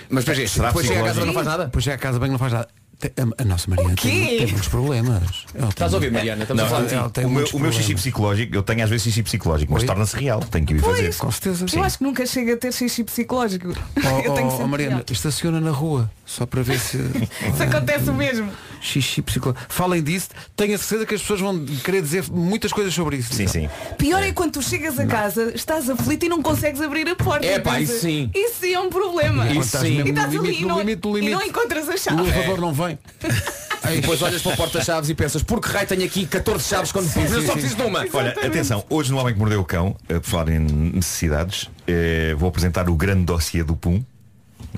G: Mas é veja isto,
F: Será
G: depois chega a casa e não
F: psicológico?
G: faz nada.
A: Depois chega à casa de banho e não faz nada. Tem- A, a nossa Mariana
D: quê?
A: tem, tem muitos problemas. Ela tem-
G: Estás a ouvir, Mariana? Estamos
F: Não,
G: a falar de ti.
A: ela tem
F: o, meu,
A: muitos
F: o meu xixi
A: problemas.
F: psicológico, eu tenho às vezes xixi psicológico, mas
A: Oi?
F: torna-se real, tenho que ir fazer.
A: Com certeza.
D: Eu acho que nunca chega a ter xixi psicológico.
A: Oh,
D: Eu tenho
A: oh,
D: sempre
A: Mariana, estaciona na rua só para ver se
D: pior. Isso acontece o mesmo.
A: xixi psicológico. Falem disso, tenho a certeza que as pessoas vão querer dizer muitas coisas sobre isso.
F: Sim, sim.
D: Pior é quando tu chegas a casa, estás aflito e não consegues abrir a porta.
G: É
D: E
G: pá,
D: pensas,
G: isso sim.
D: Isso sim é um problema.
A: Enquanto
G: Isso
A: estás
G: sim.
A: mesmo
D: E
A: no
D: estás ali
A: é limite,
D: e
A: no
D: não, é-
A: limite do
D: e
A: limite.
D: não tá. encontras a
A: O
D: chave.
A: elevador não vem.
G: E Depois olhas para o porta-chaves e pensas, por que raio tenho aqui 14 chaves quando preciso? Eu só preciso de uma.
F: Olha, atenção, hoje no Homem que Mordeu o Cão, eh, por falar em necessidades, eh, vou apresentar o grande dossiê do PUM.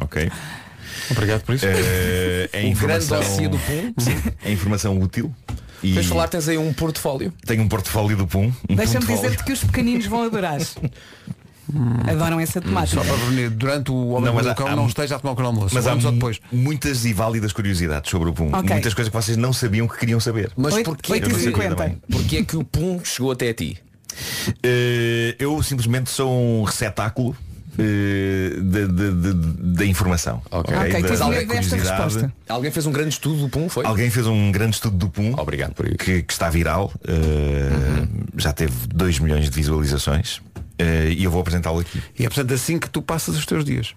F: Ok?
A: Obrigado por isso.
F: Eh, é
G: O grande
F: informação-
G: dossiê do PUM.
F: Sim, é informação útil. E
G: Queres falar, tens aí um portfólio.
F: tenho um portfólio do PUM. Um
D: Deixa-me
F: portfólio.
D: dizer-te que os pequeninos vão adorar. Adoram essa temática.
A: Só para prevenir, durante o homem
J: Não, mas
A: do
J: há-
A: cão
J: há-
A: não esteja a tomar o canal almoço.
J: Mas há
A: Vamos só depois.
J: muitas e válidas curiosidades sobre o Pum.
D: Ok.
J: Muitas coisas que vocês não sabiam que queriam saber.
G: Mas
D: Oito-
G: porquê,
D: oito e
G: que-
D: cinquenta.
J: também.
G: porquê é que o Pum chegou até a ti?
J: Eh, eu simplesmente sou um receptáculo eh, de- de- de- da informação.
G: Ok.
J: ok?
D: Ok,
J: Da-
D: tens
J: da
D: medo desta
J: curiosidade.
D: resposta.
G: Alguém fez um grande estudo do Pum, foi?
J: Alguém fez um grande estudo do Pum.
G: Obrigado por isso.
J: Que, que está viral. eh, Já teve 2 milhões de visualizações. eh, e eu vou apresentá-lo aqui.
A: E é portanto assim que tu passas os teus dias.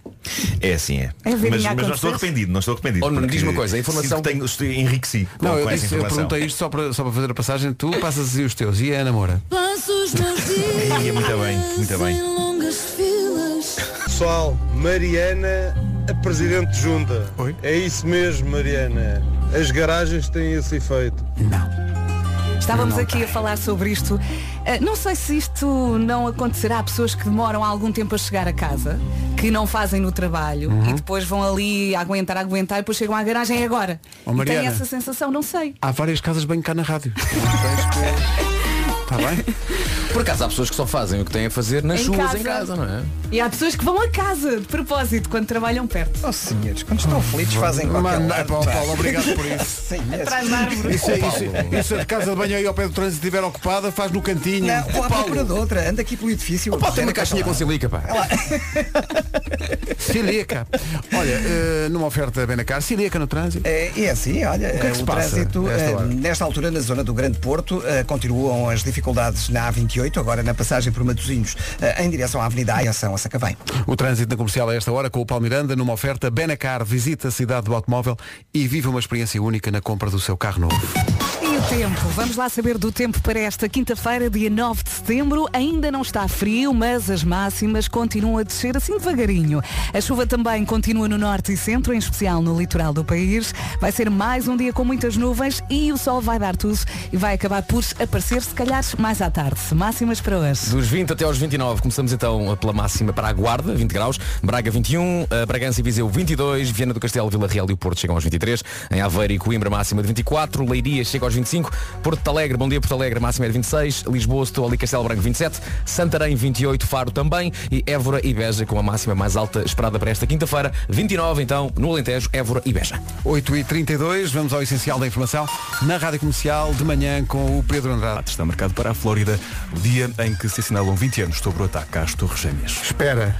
J: É assim, é.
D: É verdinha
J: mas,
D: a
J: mas não estou
D: acontecer.
J: arrependido, não estou arrependido.
G: Oh, Nuno,
J: porque
G: diz uma coisa, a informação-
J: sinto que tenho, estou- enriqueci com,
A: Não,
J: com
A: eu,
J: essa
A: disse, eu
J: informação.
A: perguntei isto só para, só para fazer a passagem. Tu passas assim os teus e a namora.
E: Passo os meus
J: Ei, é
E: dias
J: muito bem, muito bem.
E: em longas filas.
K: Pessoal, Mariana, a Presidente Junta.
A: Oi?
K: É isso mesmo, Mariana. As garagens têm esse efeito.
D: Estávamos aqui a falar sobre isto. Ah, Não sei se isto não acontecerá. Há pessoas que demoram algum tempo a chegar a casa, que não fazem no trabalho e
A: Uhum.
D: depois vão ali aguentar, aguentar e depois chegam à garagem "É agora.
A: Ó,
D: e têm
A: Mariana.
D: essa sensação, não sei.
A: Há várias casas de banho cá na rádio. Está bem?
G: Por acaso há pessoas que só fazem o que têm a fazer nas
D: Em
G: suas
D: casa.
G: em casa, não é?
D: E há pessoas que vão a casa de propósito quando trabalham perto.
C: Oh senhores, quando estão felizes fazem qualquer
A: Mano, é,
C: lado,
A: Paulo,
C: pá.
A: Paulo, obrigado por isso.
C: Senhores.
D: Atrás da árvore.
A: Isso, é- isso, isso é de casa de banho aí ao pé do trânsito estiver ocupada, faz no cantinho.
C: Não, vou à procura de outra, anda aqui pelo edifício.
G: Pá, tem uma
C: Era
G: caixinha com
C: catalão.
G: silica, pá.
A: Sileca. Olha, eh, numa oferta Benacar, Sileca no trânsito.
C: É, e é assim, olha,
A: que é que
C: eh,
A: se
C: o
A: passa
C: trânsito,
A: a esta
C: eh,
A: hora?
C: nesta altura na zona do Grande Porto, eh, continuam as dificuldades na A28, agora na passagem por Matosinhos, eh, em direção à Avenida Aiação, a Sacavém.
A: O trânsito na comercial a esta hora com o Palmiranda numa oferta Benacar. Visita a cidade do automóvel e vive uma experiência única na compra do seu carro novo.
D: E o tempo? Vamos lá saber do tempo para esta quinta-feira, dia 9 de setembro. Ainda não está frio, mas as máximas continuam a descer assim devagarinho. A chuva também continua no norte e centro, em especial no litoral do país. Vai ser mais um dia com muitas nuvens e o sol vai dar tudo e vai acabar por aparecer, se calhar, mais à tarde. Máximas para hoje.
G: Dos 20 até aos 29, começamos então pela máxima para a Guarda, 20 graus, Braga 21, eh, Bragança e Viseu 22, Viana do Castelo, Vila Real e o Porto chegam aos 23, em Aveiro e Coimbra máxima de 24, Leiria chega aos 25, Porto Alegre, Bom Dia Porto Alegre máxima é de 26, Lisboa, Setúbal e Castelo Branco 27, Santarém 28, Faro também e Évora e Beja com a máxima mais alta esperada para esta quinta-feira, 29 então no Alentejo, Évora e Beja.
A: 8h32, vamos ao essencial da informação na Rádio Comercial de manhã com o Pedro Andrade.
F: Está marcado para a Flórida, dia em que se assinalam 20 anos sobre o ataque às Torres Gêmeas.
A: Espera,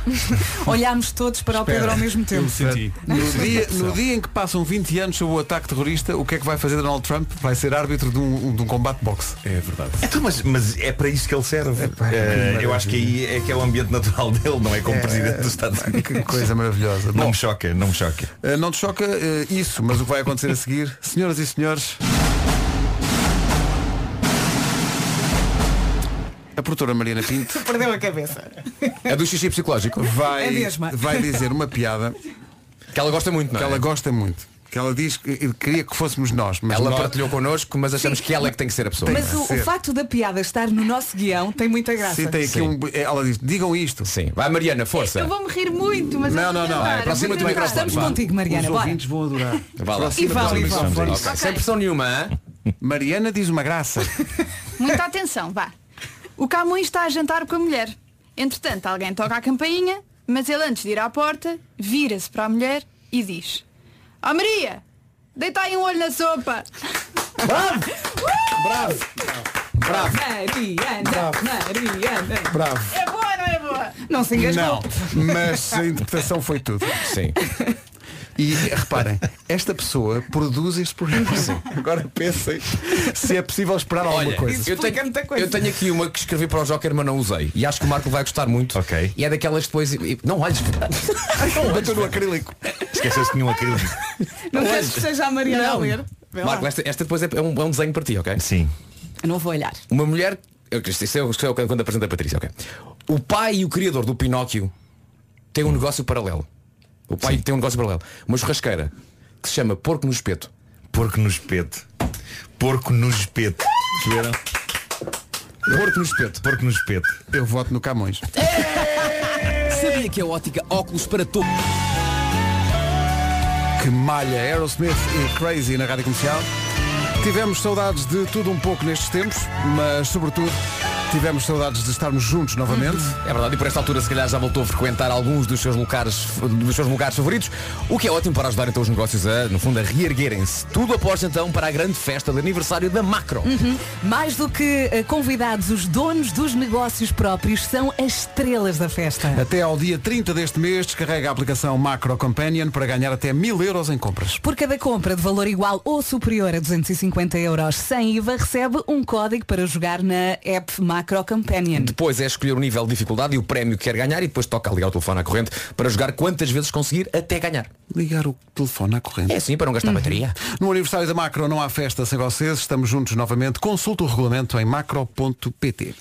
D: Olhámos todos para o Pedro ao mesmo tempo.
F: Senti.
A: no dia, no dia em que passam 20 anos sobre o ataque terrorista, o que é que vai fazer Donald Trump? Vai ser árbitro de um, de um combate de boxe.
F: É verdade.
J: Então, mas, mas é para isso que ele serve.
A: que
J: Eh, eu
A: maravilha.
J: acho que aí é que é o ambiente natural dele, não é como presidente dos Estados Unidos.
A: Que coisa maravilhosa.
J: Não
A: Bom,
J: me choca, não me choca.
A: eh, não te choca eh, isso, mas o que vai acontecer a seguir, senhoras e senhores. A produtora Mariana Pinto
D: Perdeu a cabeça.
G: É do xixi psicológico,
A: vai,
D: É mesmo.
A: vai dizer uma piada
G: que ela gosta muito, não é?
A: que ela gosta muito. Que ela diz que eh, queria que fôssemos nós, mas
G: Ela
A: nós-
G: partilhou connosco, mas achamos que ela é que tem que ser a pessoa.
D: Mas o, o
A: ser.
D: facto da piada estar no nosso guião tem muita graça.
A: Sim, tem aqui
G: Sim.
A: um- Ela diz, digam isto.
G: Sim, Ah, vai Mariana, força.
I: Eu vou me rir muito, mas
A: Não,
I: eu vou
A: não, não,
I: tentar,
A: é,
I: eu
G: aproxima-te do
I: vou tentar.
G: microfone.
D: Estamos
G: Vá.
D: contigo, Mariana.
A: Os
D: Bora.
A: ouvintes vão adorar.
G: Vá lá.
D: E vão, e vão.
J: Vamos a isso.
G: Ok, Sem pressão nenhuma, hã?
A: Mariana diz uma graça.
I: Muita atenção, vá. O Camões está a jantar com a mulher. Entretanto, alguém toca a campainha, mas ele antes de ir à porta, vira-se para a mulher e diz Ó Maria, deita aí um olho na sopa.
D: Mariana, Mariana.
A: Bravo.
I: É boa, não é boa?
D: Não se engasgou.
A: Não, mas a interpretação foi tudo.
G: Sim.
A: E reparem, esta pessoa produz este programa. Agora pensem se é possível esperar alguma
G: Olha,
A: coisa.
G: eu tenho, eu tenho aqui uma que escrevi para o Joker, mas não usei. E acho que o Marco vai gostar muito.
J: Ok.
G: E é daquelas depois. e- Não olhes.
A: Bateu no acrílico.
J: Esqueceu-se que tinha um acrílico.
D: Não queres que seja a Mariana a ler? Vê lá.
G: Marco, esta, esta depois é, é um, é um desenho para ti, ok?
J: Sim.
D: Eu não vou olhar.
G: Uma mulher. eu- Isto é, o- isto é o que- quando apresenta a Patrícia, ok? O pai e o criador do Pinóquio têm um negócio paralelo. O pai tem um negócio paralelo. Uma churrasqueira que se chama Porco no Espeto.
J: Porco no espeto. Porco no espeto. Perceberam?
G: Porco no Espeto.
J: Porco no espeto.
A: Eu voto no Camões.
G: Sabia que a ótica óculos para todos.
A: Que malha Aerosmith e Crazy na Rádio Comercial. Tivemos saudades de tudo um pouco nestes tempos, mas sobretudo Tivemos saudades de estarmos juntos novamente.
G: É verdade, e por esta altura se calhar já voltou a frequentar alguns dos seus lugares, dos seus lugares favoritos, o que é ótimo para ajudar então os negócios a, no fundo, a reerguerem-se. Tudo após então para a grande festa de aniversário da Macro.
D: Uhum. Mais do que eh, convidados, os donos dos negócios próprios são as estrelas da festa.
A: Até ao dia 30 deste mês, descarrega a aplicação Macro Companion para ganhar até mil euros em compras.
D: Por cada compra de valor igual ou superior a 250 euros sem IVA, recebe um código para jogar na app Macro Companion.
G: Depois é escolher o nível de dificuldade e o prémio que quer ganhar e depois toca ligar o telefone à corrente para jogar quantas vezes conseguir até ganhar.
A: Ligar o telefone à corrente.
G: É sim, para não gastar bateria.
A: No aniversário da Macro não há festa sem vocês. Estamos juntos novamente. Consulta o regulamento em macro.pt.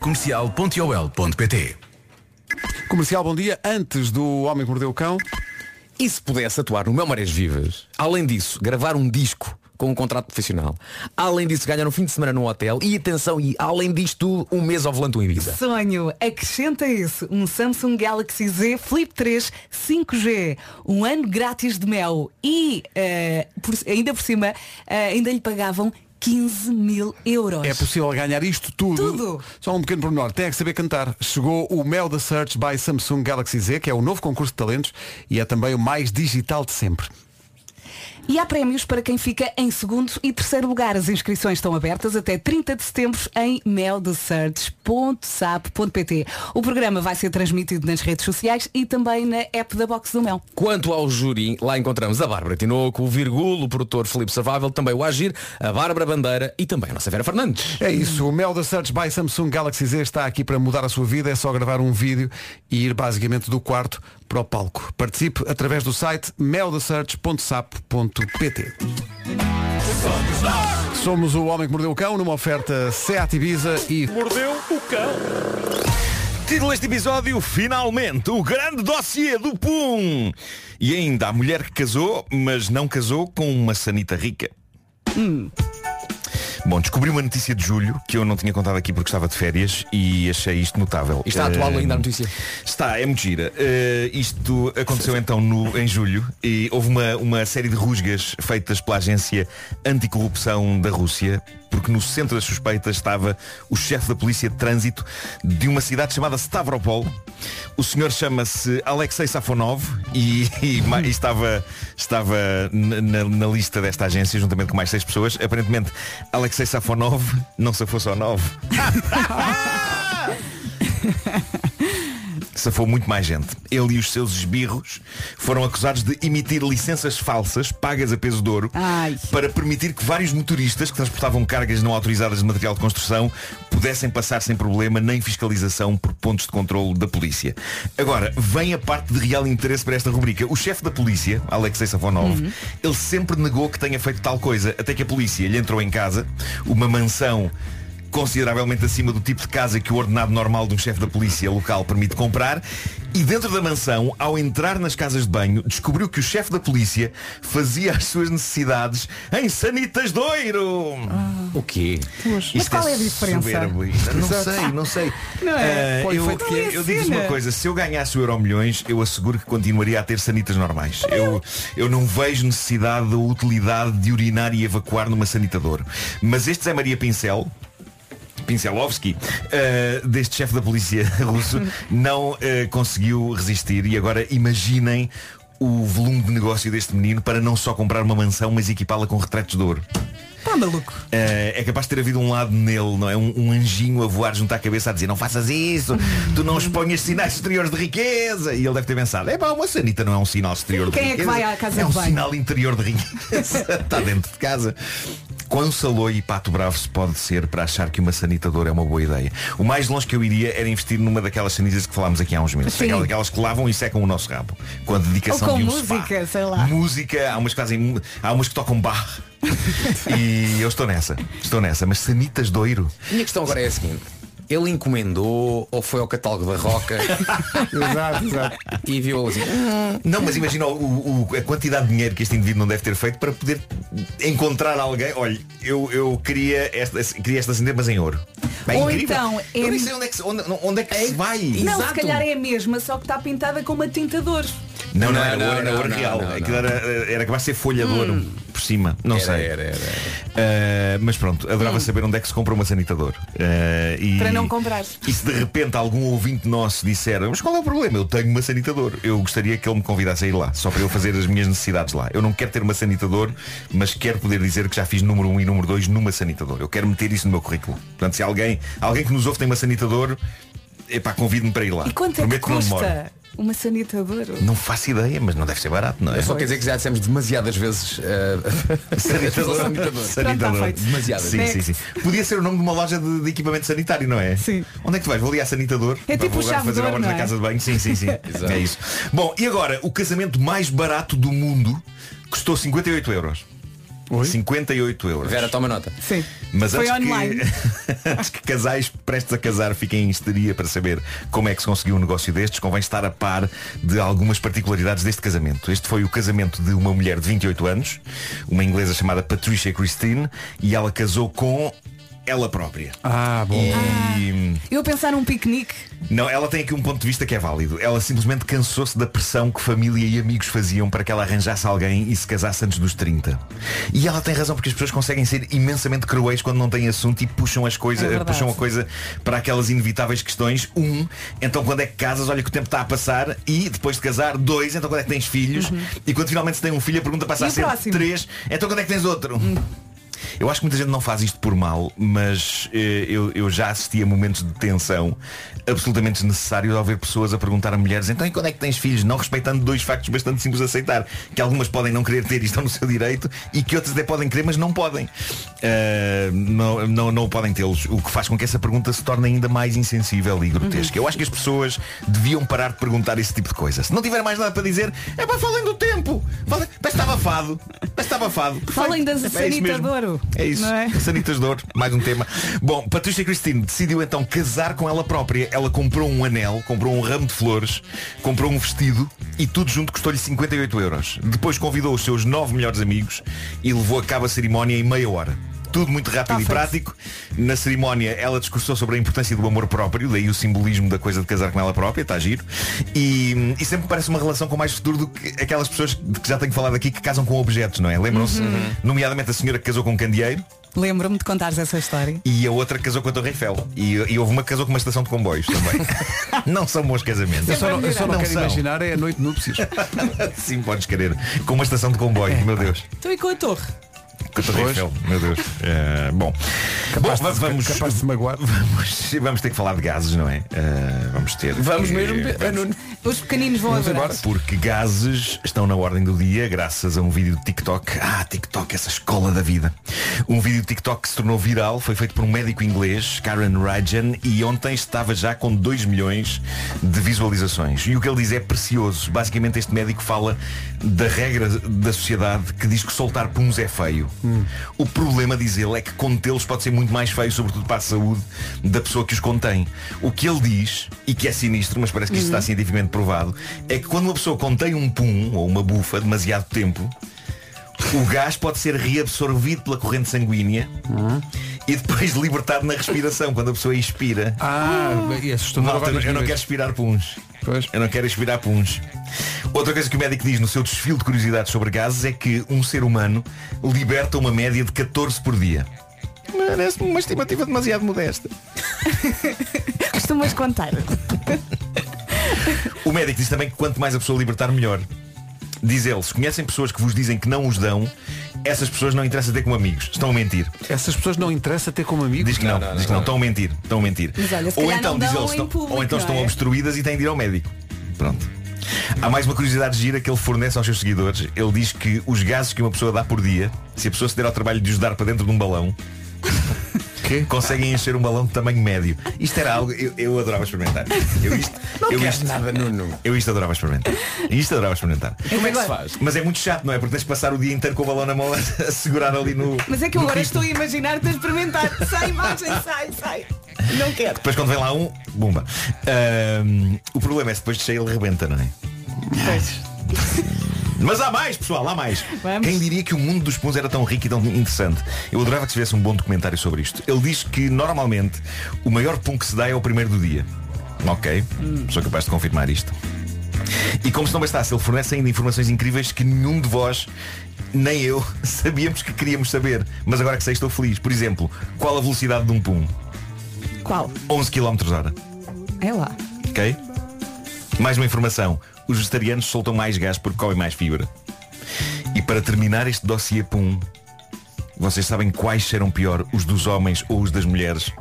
F: Comercial.ol.pt
A: Comercial, bom dia. Antes do Homem que Mordeu o Cão.
G: E se pudesse atuar no Meu Marés Vivas, além disso, gravar um disco com um contrato profissional, além disso, ganhar um fim de semana num hotel e atenção, e além disto tudo, um mês ao volante do Ibiza.
D: Sonho, acrescenta isso, um Samsung Galaxy Z Flip 3 5G, um ano grátis de mel e eh, por- ainda por cima eh, ainda lhe pagavam 15 mil euros.
A: É possível ganhar isto tudo.
D: Tudo.
A: Só um pequeno pormenor. Tem que saber cantar. Chegou o Mel da Search by Samsung Galaxy Z, que é o novo concurso de talentos e é também o mais digital de sempre.
D: E há prémios para quem fica em segundo e terceiro lugar. As inscrições estão abertas até 30 de setembro em meldesearch.sap.pt. O programa vai ser transmitido nas redes sociais e também na app da Box do Mel.
G: Quanto ao júri, lá encontramos a Bárbara Tinoco, o Virgulo, o produtor Filipe Survival, também o Agir, a Bárbara Bandeira e também a nossa Vera Fernandes.
A: É isso, o Mel da Search by Samsung Galaxy Z está aqui para mudar a sua vida, é só gravar um vídeo e ir basicamente do quarto para o palco. Participe através do site meldasearch.sapo.pt Somos o Homem que Mordeu o Cão numa oferta Seat Ibiza e...
J: Mordeu o cão. Título deste episódio, finalmente, o grande dossiê do Pum. E ainda a mulher que casou, mas não casou com uma sanita rica.
G: Hum.
J: Bom, descobri uma notícia de julho que eu não tinha contado aqui porque estava de férias e achei isto notável.
G: E está atual
J: Eh,
G: ainda a notícia.
J: Está, é muito gira. Eh, isto aconteceu então no- em julho e houve uma, uma série de rusgas feitas pela Agência Anticorrupção da Rússia, porque no centro das suspeitas estava o chefe da polícia de trânsito de uma cidade chamada Stavropol. O senhor chama-se Alexei Safonov e, e ma- e estava, estava na, na- na lista desta agência, juntamente com mais seis pessoas. Aparentemente, Alexei Safonov não se fosse ao nove. safou muito mais gente. Ele e os seus esbirros foram acusados de emitir licenças falsas, pagas a peso de ouro,
B: Ai.
J: para permitir que vários motoristas que transportavam cargas não autorizadas de material de construção pudessem passar sem problema nem fiscalização por pontos de controlo da polícia. Agora, vem a parte de real interesse para esta rubrica. O chefe da polícia, Alexei Safonov, ele sempre negou que tenha feito tal coisa, até que a polícia lhe entrou em casa, uma mansão consideravelmente acima do tipo de casa que o ordenado normal de um chefe da polícia local permite comprar e dentro da mansão, ao entrar nas casas de banho, descobriu que o chefe da polícia fazia as suas necessidades em sanitas de ouro.
G: O quê?
J: Isto
D: qual é a diferença?
J: soberbo, isto. Não sei, não sei. Ah,
A: Qual
J: eu
A: efeito que é?
J: eu digo-vos uma coisa, se eu ganhasse o Euro Milhões, eu asseguro que continuaria a ter sanitas normais. Eu, eu não vejo necessidade ou utilidade de urinar e evacuar numa sanitadora. Mas este Zé Maria Pincel, Pincelovski, eh, deste chefe da polícia russo, não eh, conseguiu resistir. E agora imaginem o volume de negócio deste menino para não só comprar uma mansão, mas equipá-la com retratos de ouro.
D: Pá, maluco.
J: Eh, é capaz de ter havido um lado nele, não é? Um, um anjinho a voar junto à cabeça a dizer não faças isso, tu não exponhas sinais exteriores de riqueza. E ele deve ter pensado, é pá, uma sanita não é um sinal exterior
D: Quem
J: de
D: é que
J: riqueza.
D: vai à casa
J: é
D: de
J: um
D: banho?"
J: sinal interior de riqueza. Está dentro de casa. Quão salou e pato bravo se pode ser para achar que uma sanitadora é uma boa ideia? O mais longe que eu iria era investir numa daquelas sanitas que falámos aqui há uns meses.
D: Sim.
J: Aquelas, aquelas que lavam e secam o nosso rabo. Com a dedicação
D: Ou com
J: de um
D: música,
J: spa.
D: sei lá.
J: Música, há umas que fazem. Há umas que tocam bar. e eu estou nessa. Estou nessa. Mas sanitas doiro.
G: A minha questão agora é a seguinte. Ele encomendou ou foi ao catálogo da Roca
A: Exato, exato.
G: e viu assim.
J: Não, mas imagina o- o- a quantidade de dinheiro que este indivíduo não deve ter feito para poder encontrar alguém. Olha, eu, eu queria esta, queria esta sanita, mas em ouro. Bem,
D: Ou
J: incrível.
D: então, é-
J: Eu nem sei onde é que, se- onde, onde é que se vai.
D: Não, se calhar é a mesma, só que está pintada com uma tintador.
J: Não, não,
G: Não,
J: era
G: não,
J: ouro, era
G: não,
J: ouro
G: não,
J: real.
G: não,
J: Aquilo
G: não.
J: era, era capaz de ser folha de
B: Hum.
J: ouro por cima. Não
G: Era,
J: sei.
G: era, era.
J: Ah, mas pronto, adorava saber onde é que se compra uma sanitador. Ah, e-
B: Hum. Para não comprar.
J: E se de repente algum ouvinte nosso disser, mas qual é o problema? Eu tenho uma sanitador. Eu gostaria que ele me convidasse a ir lá, só para eu fazer as minhas necessidades lá. Eu não quero ter uma sanitador, mas quero poder dizer que já fiz número 1 um e número 2 numa sanitador. Eu quero meter isso no meu currículo. Portanto, se alguém, alguém que nos ouve tem uma sanitador, epá, convide-me para ir lá.
B: E quanto é que
J: Ah, Prometo não demoro.
B: custa uma sanitadora?
J: Não faço ideia, mas não deve ser barato, não é?
G: Eu só quer dizer que já dissemos demasiadas vezes eh,
J: Sanitador.
G: sanitador.
J: Sanitador.
G: Demasiadas.
J: Sim, sim, sim. Podia ser o nome de uma loja de, de equipamento sanitário, não é? Sim. Onde é que tu vais? Vou ali à sanitador.
G: É
J: Vá,
G: tipo
J: vou
G: o
J: agora fazer
G: chavedor,
J: obras
G: não
J: na
G: é?
J: casa de banho. Sim, sim, sim.
G: Exato.
J: é isso. Bom, e agora, o casamento mais barato do mundo custou 58 euros. 58 euros.
G: Vera, toma nota.
B: Sim.
J: Mas
G: Foi
J: antes
G: online.
J: Que, antes que casais prestes a casar fiquem em histeria para saber como é que se conseguiu um negócio destes, convém estar a par de algumas particularidades deste casamento. Este foi o casamento de uma mulher de 28 anos, uma inglesa chamada Patricia Christine, e ela casou com ela própria.
A: Ah, bom.
D: Eu a pensar num piquenique.
J: Não, ela tem aqui um ponto de vista que é válido. Ela simplesmente cansou-se da pressão que família e amigos faziam para que ela arranjasse alguém e se casasse antes dos 30. E ela tem razão porque as pessoas conseguem ser imensamente cruéis quando não têm assunto e puxam as
G: É
J: coisas,
G: verdade.
J: puxam a coisa para aquelas inevitáveis questões. Um, então quando é que casas, olha que o tempo está a passar e depois de casar, dois, então quando é que tens filhos? E quando finalmente se tem um filho, a pergunta
G: Uhum.
J: passa
G: E
J: a
G: o
J: ser
G: próximo? Uhum.
J: três, então quando é que tens outro? Eu acho que muita gente não faz isto por mal, mas eh, eu, eu já assisti a momentos de tensão absolutamente desnecessários ao ver pessoas a perguntar a mulheres então e quando é que tens filhos? Não respeitando dois factos bastante simples de aceitar, que algumas podem não querer ter e estão no seu direito e que outras até podem querer, mas não podem. Eh, não, não, não podem tê-los, o que faz com que essa pergunta se torne ainda mais insensível e grotesca. Eu acho que as pessoas deviam parar de perguntar esse tipo de coisa. Se não tiver mais nada para dizer, é para falem do tempo. Falem, mas está abafado. Mas está abafado.
D: Falem da
J: É isso mesmo.
D: sanita de ouro.
J: É isso.
D: Não é?
J: Sanitas de ouro, mais um tema. Bom, Patrícia Cristine decidiu então casar com ela própria. Ela comprou um anel, comprou um ramo de flores, comprou um vestido e tudo junto custou-lhe 58 euros. Depois convidou os seus nove melhores amigos e levou a cabo a cerimónia em meia hora. Tudo muito
A: Tá
J: rápido e prático. Na cerimónia ela discursou sobre a importância do amor próprio, daí o simbolismo da coisa de casar com ela própria, está giro. E, e sempre parece uma relação com mais futuro do que aquelas pessoas de que já tenho falado aqui que casam com objetos, não é? Lembram-se,
D: Uhum.
J: nomeadamente a senhora que casou com um candeeiro.
D: Lembro-me de contares essa história.
J: E a outra casou com a Torre Eiffel. E, e houve uma que casou com uma estação de comboios também. não são bons casamentos.
A: Eu só não, eu só não quero
J: são.
A: imaginar é a noite de núpcias.
J: Sim, podes querer. Com uma estação de comboio, meu Deus.
D: Estou aí com a torre.
J: Com a Torre Eiffel, meu Deus. Eh, bom. Bom, va- vamos, Ah, Vamos, vamos ter que falar de gases, não é? Eh, vamos ter.
A: É.
J: que-
D: Os pequeninos vão adorar.
J: Porque gases estão na ordem do dia graças a um vídeo de TikTok. Ah, TikTok, essa escola da vida. Um vídeo de TikTok que se tornou viral, foi feito por um médico inglês, Karen Rajan, e ontem estava já com 2 milhões de visualizações. E o que ele diz é precioso. Basicamente este médico fala da regra da sociedade que diz que soltar puns é feio. O problema, diz ele, é que contê-los pode ser muito mais feio, sobretudo para a saúde da pessoa que os contém. O que ele diz, e que é sinistro, mas parece que isto
L: Uhum.
J: está cientificamente provado, é que quando uma pessoa contém um pum ou uma bufa demasiado tempo, o gás pode ser reabsorvido pela corrente sanguínea e depois libertado na respiração, quando a pessoa inspira.
A: Ah, e assustador
J: Malta,
A: a vários
J: eu não
A: níveis.
J: quero expirar puns. Eu não quero expirar puns. Outra coisa que o médico diz no seu desfile de curiosidades sobre gases é que um ser humano liberta uma média de 14 por dia. Parece-me uma estimativa demasiado modesta.
D: Costumas contar.
J: O médico diz também que quanto mais a pessoa libertar, melhor. Diz ele, se conhecem pessoas que vos dizem que não os dão, essas pessoas não interessa ter como amigos. Estão a mentir.
A: Essas pessoas não interessa ter como amigos.
J: Diz que não, diz que não, estão a mentir, estão a mentir.
A: Mas olha, se
J: ou
A: calhar
J: então,
A: não
J: diz
A: dão
J: ele,
A: em
J: estão,
A: público,
J: ou então
A: não
J: estão
A: é?
J: obstruídas e têm de ir ao médico. Pronto. Há mais uma curiosidade gira que ele fornece aos seus seguidores. Ele diz que os gases que uma pessoa dá por dia, se a pessoa se der ao trabalho de os dar para dentro de um balão, conseguem encher um balão de tamanho médio. Isto era algo, eu, eu adorava experimentar. Eu isto, eu isto,
A: É.
J: nada, Nuno. Eu isto adorava experimentar. Isto adorava experimentar.
D: Como é que se faz?
J: Mas é muito chato, não é? Porque tens de passar o dia inteiro com o balão na mão a, a segurar ali no.
D: Mas é que eu
J: no
D: agora estou
J: ritmo.
D: a imaginar-te a experimentar. Sai imagem, sai, sai. Não quero.
J: Depois quando vem lá um, bumba. Ahm, o problema é se depois de cheio ele rebenta, não é? Mas há mais, pessoal, há mais. Quem diria que o mundo dos puns era tão rico e tão interessante? Eu adorava que se tivesse um bom documentário sobre isto. Ele diz que normalmente o maior pum que se dá é o primeiro do dia. Ok, sou capaz de confirmar isto. E como se não bastasse, ele fornece ainda informações incríveis que nenhum de vós, nem eu, sabíamos que queríamos saber. Mas agora que sei, estou feliz. Por exemplo, qual a velocidade de um pum?
D: Qual?
J: 11 km hora.
D: É lá.
J: Ok? Mais uma informação. Os vegetarianos soltam mais gás porque comem mais fibra. E para terminar este dossiê pum, vocês sabem quais serão pior, os dos homens ou os das mulheres?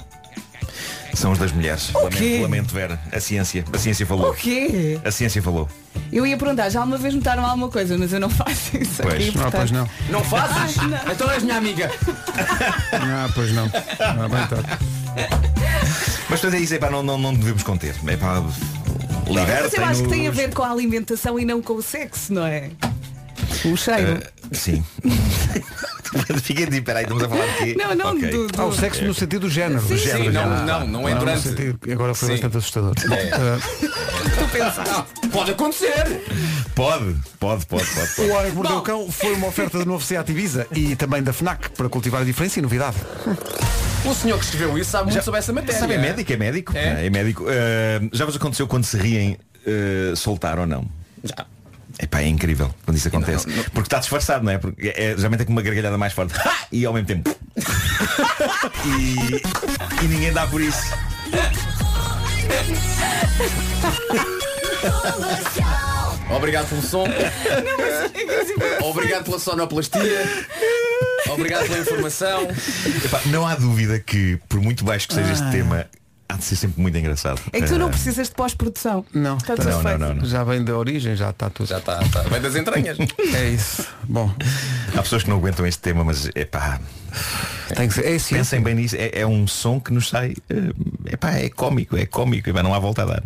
J: São os das mulheres.
D: O
J: Lamento,
D: quê?
J: lamento, Vera. A ciência. A ciência falou.
D: O quê?
J: A ciência falou.
B: Eu ia perguntar, já alguma vez notaram alguma coisa, mas eu não faço isso aqui. portanto.
G: Não fazes? Então és minha amiga.
A: Ah, pois não. Ah, bem, tá.
J: Mas tudo é isso, epá, não, não, não devemos conter. É pá,
D: Mas eu acho que tem a
J: libertem-nos.
D: ver com a alimentação e não com o sexo, não é? O cheiro.
J: Ah, sim. Fiquem de peraí, estamos a falar de quê?
D: Não, não,
J: eh, Ok.
D: do- É do-
A: Há Ah, o sexo no sentido do género.
J: Sim, Do género, sim, não- género. não, não é
A: no
J: durante.
A: sentido- Agora foi
J: Sim.
A: bastante assustador. Bom,
J: É.
A: ah,
G: Pode acontecer.
J: Pode, pode, pode,
A: Uh,
J: pode.
A: o Hora que Mordeu o Cão foi uma oferta do novo Seat Ibiza e também da FNAC para cultivar a diferença e novidade.
G: O senhor que escreveu isso sabe muito sobre essa matéria.
J: Sabe, é médico, é médico.
G: É?
J: É, é médico. Uh, já vos aconteceu quando se riem eh, soltar ou não? Já. Epá, é incrível quando isso acontece. Porque está disfarçado, não é? Porque é, é- geralmente é com uma gargalhada mais forte. E ao mesmo tempo. e, e ninguém dá por isso.
G: Obrigado pelo som. Obrigado pela sonoplastia. Obrigado pela informação.
J: Epá, não há dúvida que, por muito baixo que seja este
D: Ah.
J: tema, há de ser sempre muito engraçado.
D: É que tu não
J: Eh,
D: precisas de pós-produção.
A: Não.
D: Está tudo feito.
A: Já vem da origem, já está tudo. Já
G: está, Vem das entranhas.
A: É isso. Bom.
J: Há pessoas que não aguentam este tema, mas é pá.
A: Tem que ser, é
J: Pensem bem nisso, é, é um som que nos sai. É pá, é cómico, é cómico, epá, não há volta a dar.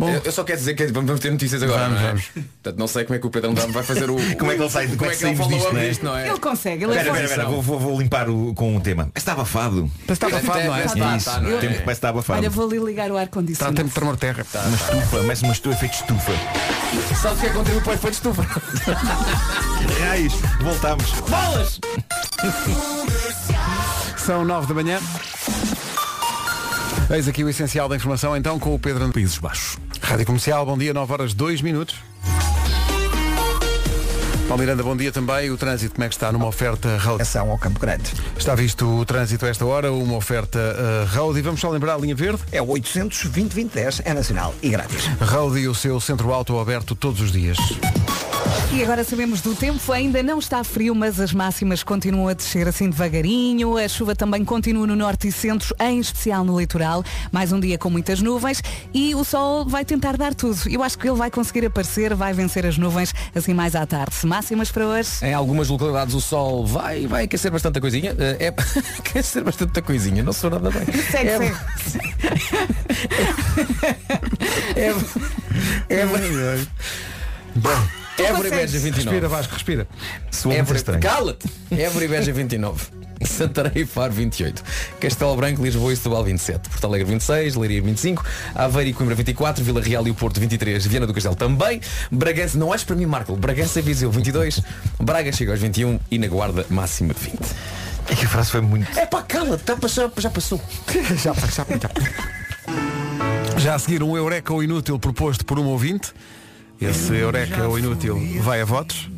G: eu, eu só quero dizer que vamos ter notícias agora. não, é? Portanto, não sei como é que o Pedro Andrade vai fazer o.
J: Como é que ele sai- como é que
G: ele
J: saímos
G: follow
J: disto,
G: up
J: não é?
G: disto, não é?
D: Ele consegue, ele é
J: Espera, espera, espera,
D: bom.
J: vou, vou- vou limpar o, com o tema. Está abafado.
A: Está abafado, não é?
J: Está,
A: Tá,
J: isso.
A: tá, não é?
J: O tempo parece estar abafado.
D: Olha, vou ali ligar o ar-condicionado.
A: de tremor terra.
J: Uma estufa, mais uma estufa, efeito estufa.
G: Sabe o que é que contribui para o efeito de estufa?
J: Reais, voltamos.
G: Bolas!
A: São nove da manhã. Eis aqui o essencial da informação, então, com o Pedro André. Países Baixos. Rádio Comercial, bom dia, 9 horas 2 minutos. Paulo Miranda, bom dia também. O trânsito, como é que está numa oferta road?
C: Ação ao Campo Grande.
A: Está visto o trânsito a esta hora, uma oferta eh, road. E vamos só lembrar a linha verde?
C: É o 800 2010 é nacional e grátis.
A: Road e o seu centro alto aberto todos os dias.
D: E agora sabemos do tempo, ainda não está frio, mas as máximas continuam a descer assim devagarinho. A chuva também continua no norte e centro, em especial no litoral. Mais um dia com muitas nuvens e o sol vai tentar dar tudo. Eu acho que ele vai conseguir aparecer, vai vencer as nuvens assim mais à tarde. Máximas para hoje.
G: Em algumas localidades o sol vai, vai aquecer bastante a coisinha. Eh, É, aquecer bastante a coisinha, não sou nada bem.
D: Segue,
G: é,
D: segue.
G: É, é,
A: Bom,
G: Évora e Beja 29.
A: Respira, Vasco, respira.
J: Soou muito
G: Évora,
J: estranho.
G: cala-te! Évora e Beja 29. Santarém e Faro 28 Castelo Branco, Lisboa e Setúbal 27 Porto Alegre 26, Leiria 25 Aveiro e Coimbra 24, Vila Real e o Porto 23 Viana do Castelo também Bragança, não és para mim Marco, Bragança e Viseu 22 Braga chega aos 21 e na Guarda máxima de 20
J: É que a frase foi muito.
G: É pá, cala-te, já passou, já passou.
A: já, já, Já a seguir um Eureka ou Inútil proposto por um ouvinte. Esse Eureka ou Inútil vai a votos.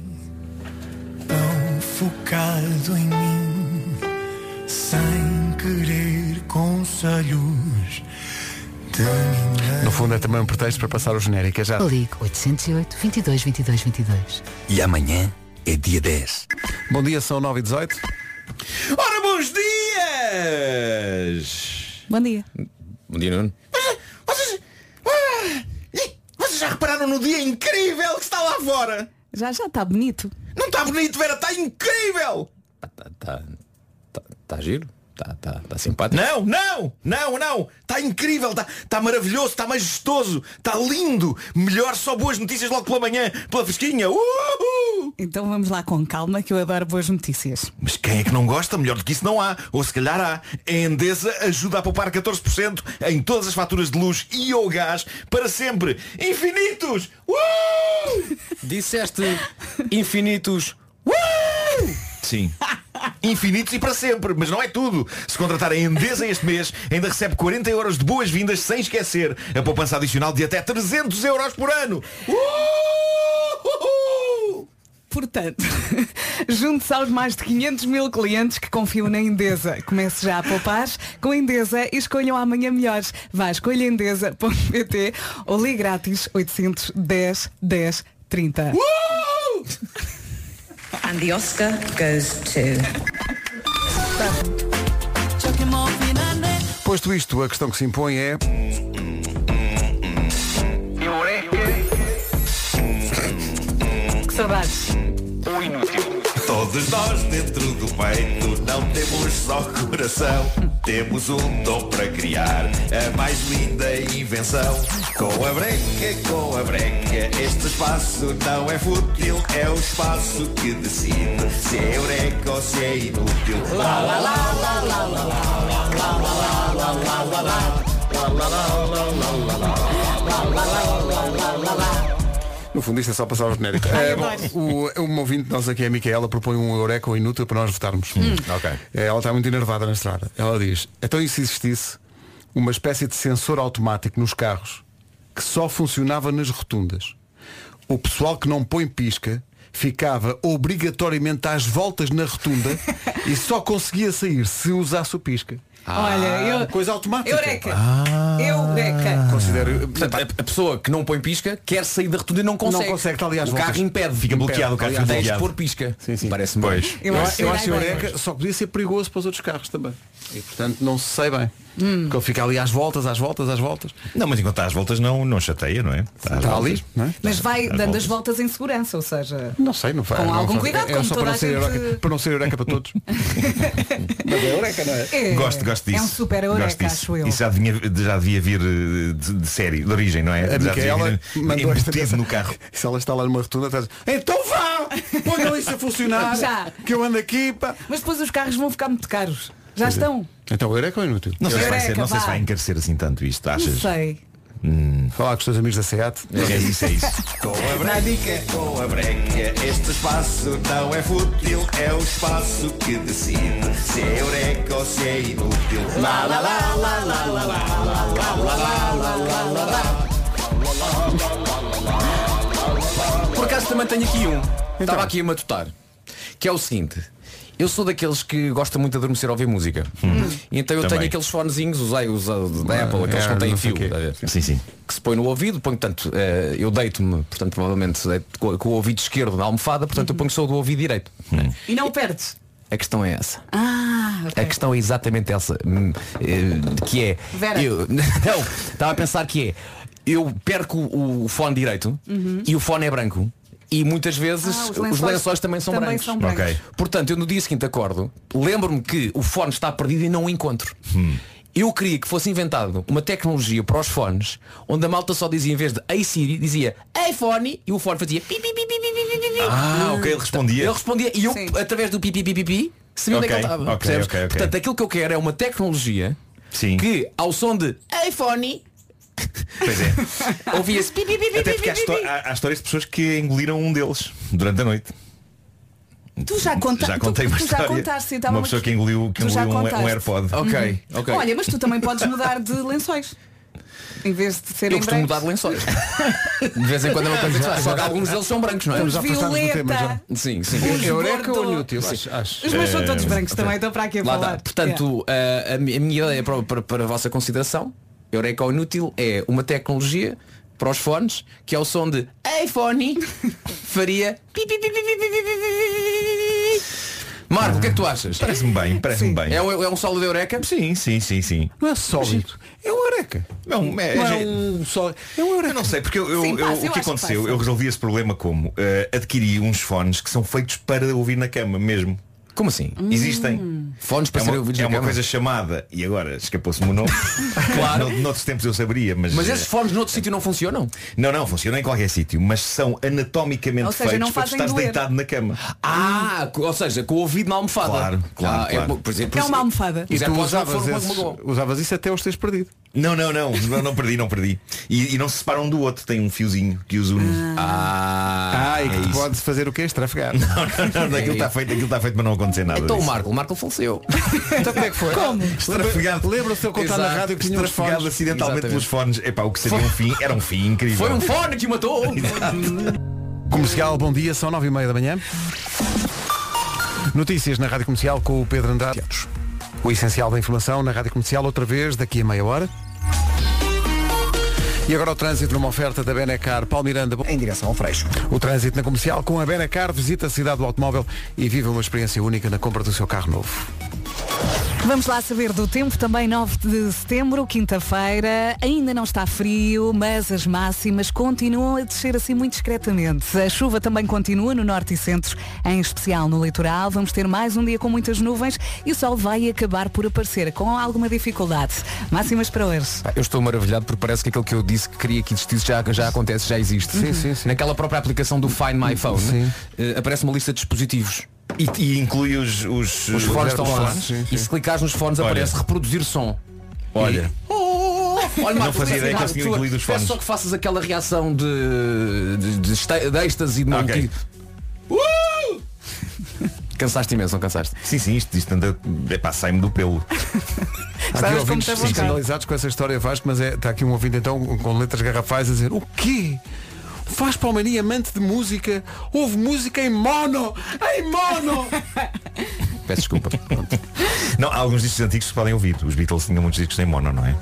L: focado em mim, sem querer conselhos.
A: No fundo é também um pretexto para passar o genérico. é Já.
M: Ligue 808 22 22 22.
A: E amanhã é dia 10. Bom dia, são 9 e 18.
J: Ora, bons dias!
D: Bom dia.
G: Bom dia Nuno
J: É, Vocês. Ah! Ih, Vocês já repararam no dia incrível que está lá fora?
D: Já já está bonito.
J: Não está bonito, Vera, está incrível!
G: Está tá, tá giro? Está tá, tá simpático?
J: Não, não, não, não. Está incrível, está tá maravilhoso, está majestoso, está lindo. Melhor só boas notícias logo pela manhã, pela fresquinha. Uhul!
D: Então vamos lá com calma, que eu adoro boas notícias.
J: Mas quem é que não gosta? Melhor do que isso não há. Ou se calhar há. A Endesa ajuda a poupar 14% em todas as faturas de luz e ou gás para sempre. Infinitos! Uh!
G: Disseste infinitos
J: Sim. infinitos e para sempre. Mas não é tudo. Se contratar a Endesa este mês, ainda recebe 40 euros de boas-vindas sem esquecer a poupança adicional de até 300 euros por ano. Uhuhu!
D: Portanto, junte-se aos mais de 500 mil clientes que confiam na Endesa. Comece já a poupar com a Endesa e escolham amanhã melhores. Vá a escolhaendesa.pt ou ligue grátis 810 10 30.
J: Uh!
N: And the Oscar goes to.
A: Posto isto, a questão que se impõe é.
D: Que saudades.
J: O inútil. Todos nós dentro do peito não temos só coração. Temos um dom para criar a mais linda invenção. Com a breca, com a breca, este espaço não é fútil. É o espaço que decide se é eureka ou se é inútil. Lá, lá, lá.
A: No fundo isto é só passar ao genérico.
O: Ai,
A: É, bom, o, um ouvinte nosso aqui, a Micaela, propõe um eureka ou inútil para nós votarmos.
O: Hum.
A: É, ela está muito enervada na estrada. Ela diz, então e se existisse uma espécie de sensor automático nos carros que só funcionava nas rotundas? O pessoal que não põe pisca ficava obrigatoriamente às voltas na rotunda e só conseguia sair se usasse o pisca. Ah,
J: Ah,
D: Olha, eu.
A: Coisa automática.
D: Eureka! Eureka!
A: Considero.
G: Portanto, a, a pessoa que não põe pisca quer sair da rotunda e não consegue.
A: Não consegue, está ali às
G: O
A: voltas.
G: carro impede.
A: Fica bloqueado, o carro fica
G: Tens de
A: bloqueado.
G: pôr pisca. Parece-me.
J: Pois.
A: Eu, acho eu acho que
G: bem.
A: Eureka só podia ser perigoso para os outros carros também. E portanto não se sei bem.
D: Hum.
A: Porque ele fica ali às voltas, às voltas, às voltas.
J: Não, mas enquanto está às voltas não, não chateia, não é? Está,
A: Está ali, não é?
D: Mas vai dando as voltas em segurança, ou seja.
A: Não sei, não vai.
D: Com
A: não
D: algum
A: faz-
D: cuidado,
A: é
D: como
A: só
D: toda
A: para
D: a
A: não, ser
D: gente-
A: eureka, para não ser eureka para todos. Mas é eureka, não
D: É.
J: Gosto, gosto disso.
D: É um super
J: Gosto
D: eureka,
J: disso.
D: acho eu.
J: Isso já, vinha- já devia vir eh, de, de série, de origem, não é?
A: A
J: já devia
A: Micaela
J: vir
A: mandou esta
J: embutido no carro.
A: Se ela está lá numa rotunda, estás Então vá! Ponham isso a funcionar!
D: Já.
A: Que eu ando aqui, pá!
D: Mas depois os carros vão ficar muito caros.
J: é.
D: Já estão?
A: Então o eureka é inútil.
J: Não sei, se vai,
D: Eureka,
J: ser, não sei se
D: vá.
J: vai encarecer assim tanto isto,
D: Não
J: achas?
D: sei.
A: Falar com os teus amigos da SEAT.
J: É isso, é isso. Com a breca, com a breca, este espaço não é fútil, é o espaço que decide se é eureka ou se é inútil. Lá, lá, lá.
G: Por acaso também tenho aqui um.
A: Então.
G: Estava aqui a matutar. Que é o seguinte. Eu sou daqueles que gosta muito de adormecer ao ouvir música.
A: Hum.
G: E então eu
J: Também.
G: tenho aqueles fonezinhos, usei os ah, da Apple,
A: É,
G: aqueles que não têm
J: não sei
G: fio.
J: o quê.
G: tá a ver?
J: Sim, sim.
G: Que se põe no ouvido, ponho, portanto, eh, eu deito-me, portanto, provavelmente deito com, com o ouvido esquerdo na almofada, portanto
A: Uhum.
G: eu ponho só o do ouvido direito.
D: E não perdes.
G: A questão é essa.
D: Ah,
G: A questão é exatamente essa. hum, eh, Que é.
D: Vera.
G: Eu, não, estava a pensar que é. Eu perco o fone direito
D: Uhum.
G: e o fone é branco. E muitas vezes
D: Ah, os
G: os, lençóis
D: lençóis
G: também são
D: também
G: brancos.
D: são brancos. Ok.
G: Portanto, eu no dia seguinte acordo, lembro-me que o fone está perdido e não o encontro. Eu queria que fosse inventado uma tecnologia para os fones onde a malta só dizia em vez de Ei Siri, dizia iPhone e o fone fazia pi, pi, pi, pi, pi, pi, pi, pi.
J: Ah, ok, ele respondia.
G: Ele respondia e eu, através do pipi pipi pipi, sabia onde é que
J: Ok,
G: ele estava.
J: ok,
G: percebes?
J: ok, ok.
G: Portanto, aquilo que eu quero é uma tecnologia que, ao som de iPhone,
J: Pois é.
G: ouvia-se pi, pi, pi, pi,
J: Até
G: pi,
J: porque há,
G: pi,
J: histó-
G: pi.
J: há- há histórias de pessoas que engoliram um deles durante a noite.
D: Tu
J: Ah,
D: já contaste.
J: já contei
D: tu,
J: uma
D: tu já
J: história.
D: contaste, então,
J: uma
D: mas-
J: pessoa que engoliu, que
D: tu já
J: engoliu um,
D: contaste.
J: um AirPod.
D: Uhum. Olha, mas tu também podes mudar de lençóis. Em vez de serem
G: Eu costumo
D: brancos.
G: mudar de lençóis. De vez em quando é uma coisa que se faz. Só que alguns deles são brancos, não é?
D: Os violeta.
G: Sim, sim.
D: Os
A: Eureka ou
D: gordo.
A: inútil?
G: Sim.
A: Acho, acho.
D: Os meus são
G: Eh,
J: É,
D: todos brancos
G: ok.
D: também, então para aqui a
G: Lá
D: falar. É.
G: está. Portanto, eh, a, mi- a minha ideia para, para, para a vossa consideração, Eureka ou Inútil, é uma tecnologia para os fones que ao som de iPhone faria. pi, pi, pi, pi, pi, pi, pi, pi, pi, pi. Marco, o que é que tu achas?
J: Parece-me bem, parece-me bem.
G: É um, é um solo de Eureka?
J: Sim, sim, sim, sim.
A: Não é sólido. É um eureka.
J: Não, é,
A: Não é
J: gente-
A: um só.
J: Eu não sei, porque eu, eu-
A: Sim,
J: eu-
A: passa, eu
J: o
A: acho
J: que
A: que
J: aconteceu,
A: passa.
J: eu resolvi esse problema como eh, adquiri uns fones que são feitos para ouvir na cama mesmo. Hum.
G: Como assim?
J: Existem.
G: Fones para
J: é
G: serem
J: uma,
G: ouvidos
J: É
G: na
J: uma
G: cama?
J: coisa chamada, e agora escapou-se-me o nome. claro. Noutros tempos eu saberia, mas. eh,
G: Mas esses fones noutro sítio não funcionam?
J: Não, não, funcionam em qualquer sítio, mas são anatomicamente
G: Ou seja,
J: feitos
G: não
J: para tu
G: fazem
J: estares
G: doer.
J: deitado na cama.
G: Ah, co- ou seja, com o ouvido na almofada.
J: Claro, claro,
G: Ah,
J: claro.
G: por exemplo,
D: É uma almofada.
A: E
G: Os
A: tu
G: AirPods não
A: usavas,
G: foram
A: esses-
G: como
A: usavas isso até os teres perdido.
J: Não, não, não, não, não perdi, não perdi. E, e não se separam um do outro, tem um fiozinho que os une. Ah,
A: Ah, e
J: é
A: que
J: isso.
A: pode fazer o quê? Estrafegar.
J: Ah, Não, não, não, aquilo está feito, aquilo está feito para não acontecer nada.
G: Então o
J: disso.
G: Marco, o Marco faleceu.
A: Então como é que foi? Como?
J: Estrafegado.
A: Lembra-se eu contar na
J: Exato.
A: rádio que tinha uns
J: Estrafegado
A: fones.
J: acidentalmente
A: Exatamente.
J: pelos fones. Epá, o que seria um fim, era um fim incrível.
G: Foi um fone que matou.
A: Comercial, bom dia, são nove e meia da manhã. Notícias na Rádio Comercial com o Pedro Andrade. O essencial da informação na Rádio Comercial, outra vez, daqui a meia hora. E agora o trânsito numa oferta da Benecar Palmiranda.
C: Em direção ao Freixo.
A: O trânsito na comercial com a Benecar visita a cidade do automóvel e vive uma experiência única na compra do seu carro novo.
D: Vamos lá saber do tempo, também 9 de setembro, quinta-feira. Ainda não está frio, mas as máximas continuam a descer assim muito discretamente. A chuva também continua no norte e centro, em especial no litoral. Vamos ter mais um dia com muitas nuvens e o sol vai acabar por aparecer com alguma dificuldade. Máximas para hoje.
G: Pá, Ah, Eu estou maravilhado porque parece que aquilo que eu disse que queria que existisse já, já acontece, já existe.
A: Sim, sim, sim.
G: Naquela própria aplicação do Find My Phone
A: Sim.
G: eh, aparece uma lista de dispositivos.
J: E, e inclui os, os,
G: Os fones estão lá.
J: fones,
G: E se clicares nos fones
J: Olha.
G: aparece reproduzir som. oh,
J: Olha.
G: Olha,
J: Não fazia ideia que eles tinham incluído os
G: Peço
J: fones.
G: só que faças aquela reação de, de, de, esta- de êxtase e de não
J: Ok.
G: Uh! Cansaste imenso, não cansaste?
J: Sim, sim, isto, isto anda. Epá, sai-me do pelo.
A: Há aqui ouvintes escandalizados com essa história Vasco, mas é- está aqui um ouvinte então com letras garrafais a dizer o quê? Faz Palmeirinha amante de música, houve música em mono, em mono!
G: Peço desculpa.
J: não, há alguns discos antigos que se podem ouvir. Os Beatles tinham muitos discos em mono, não é?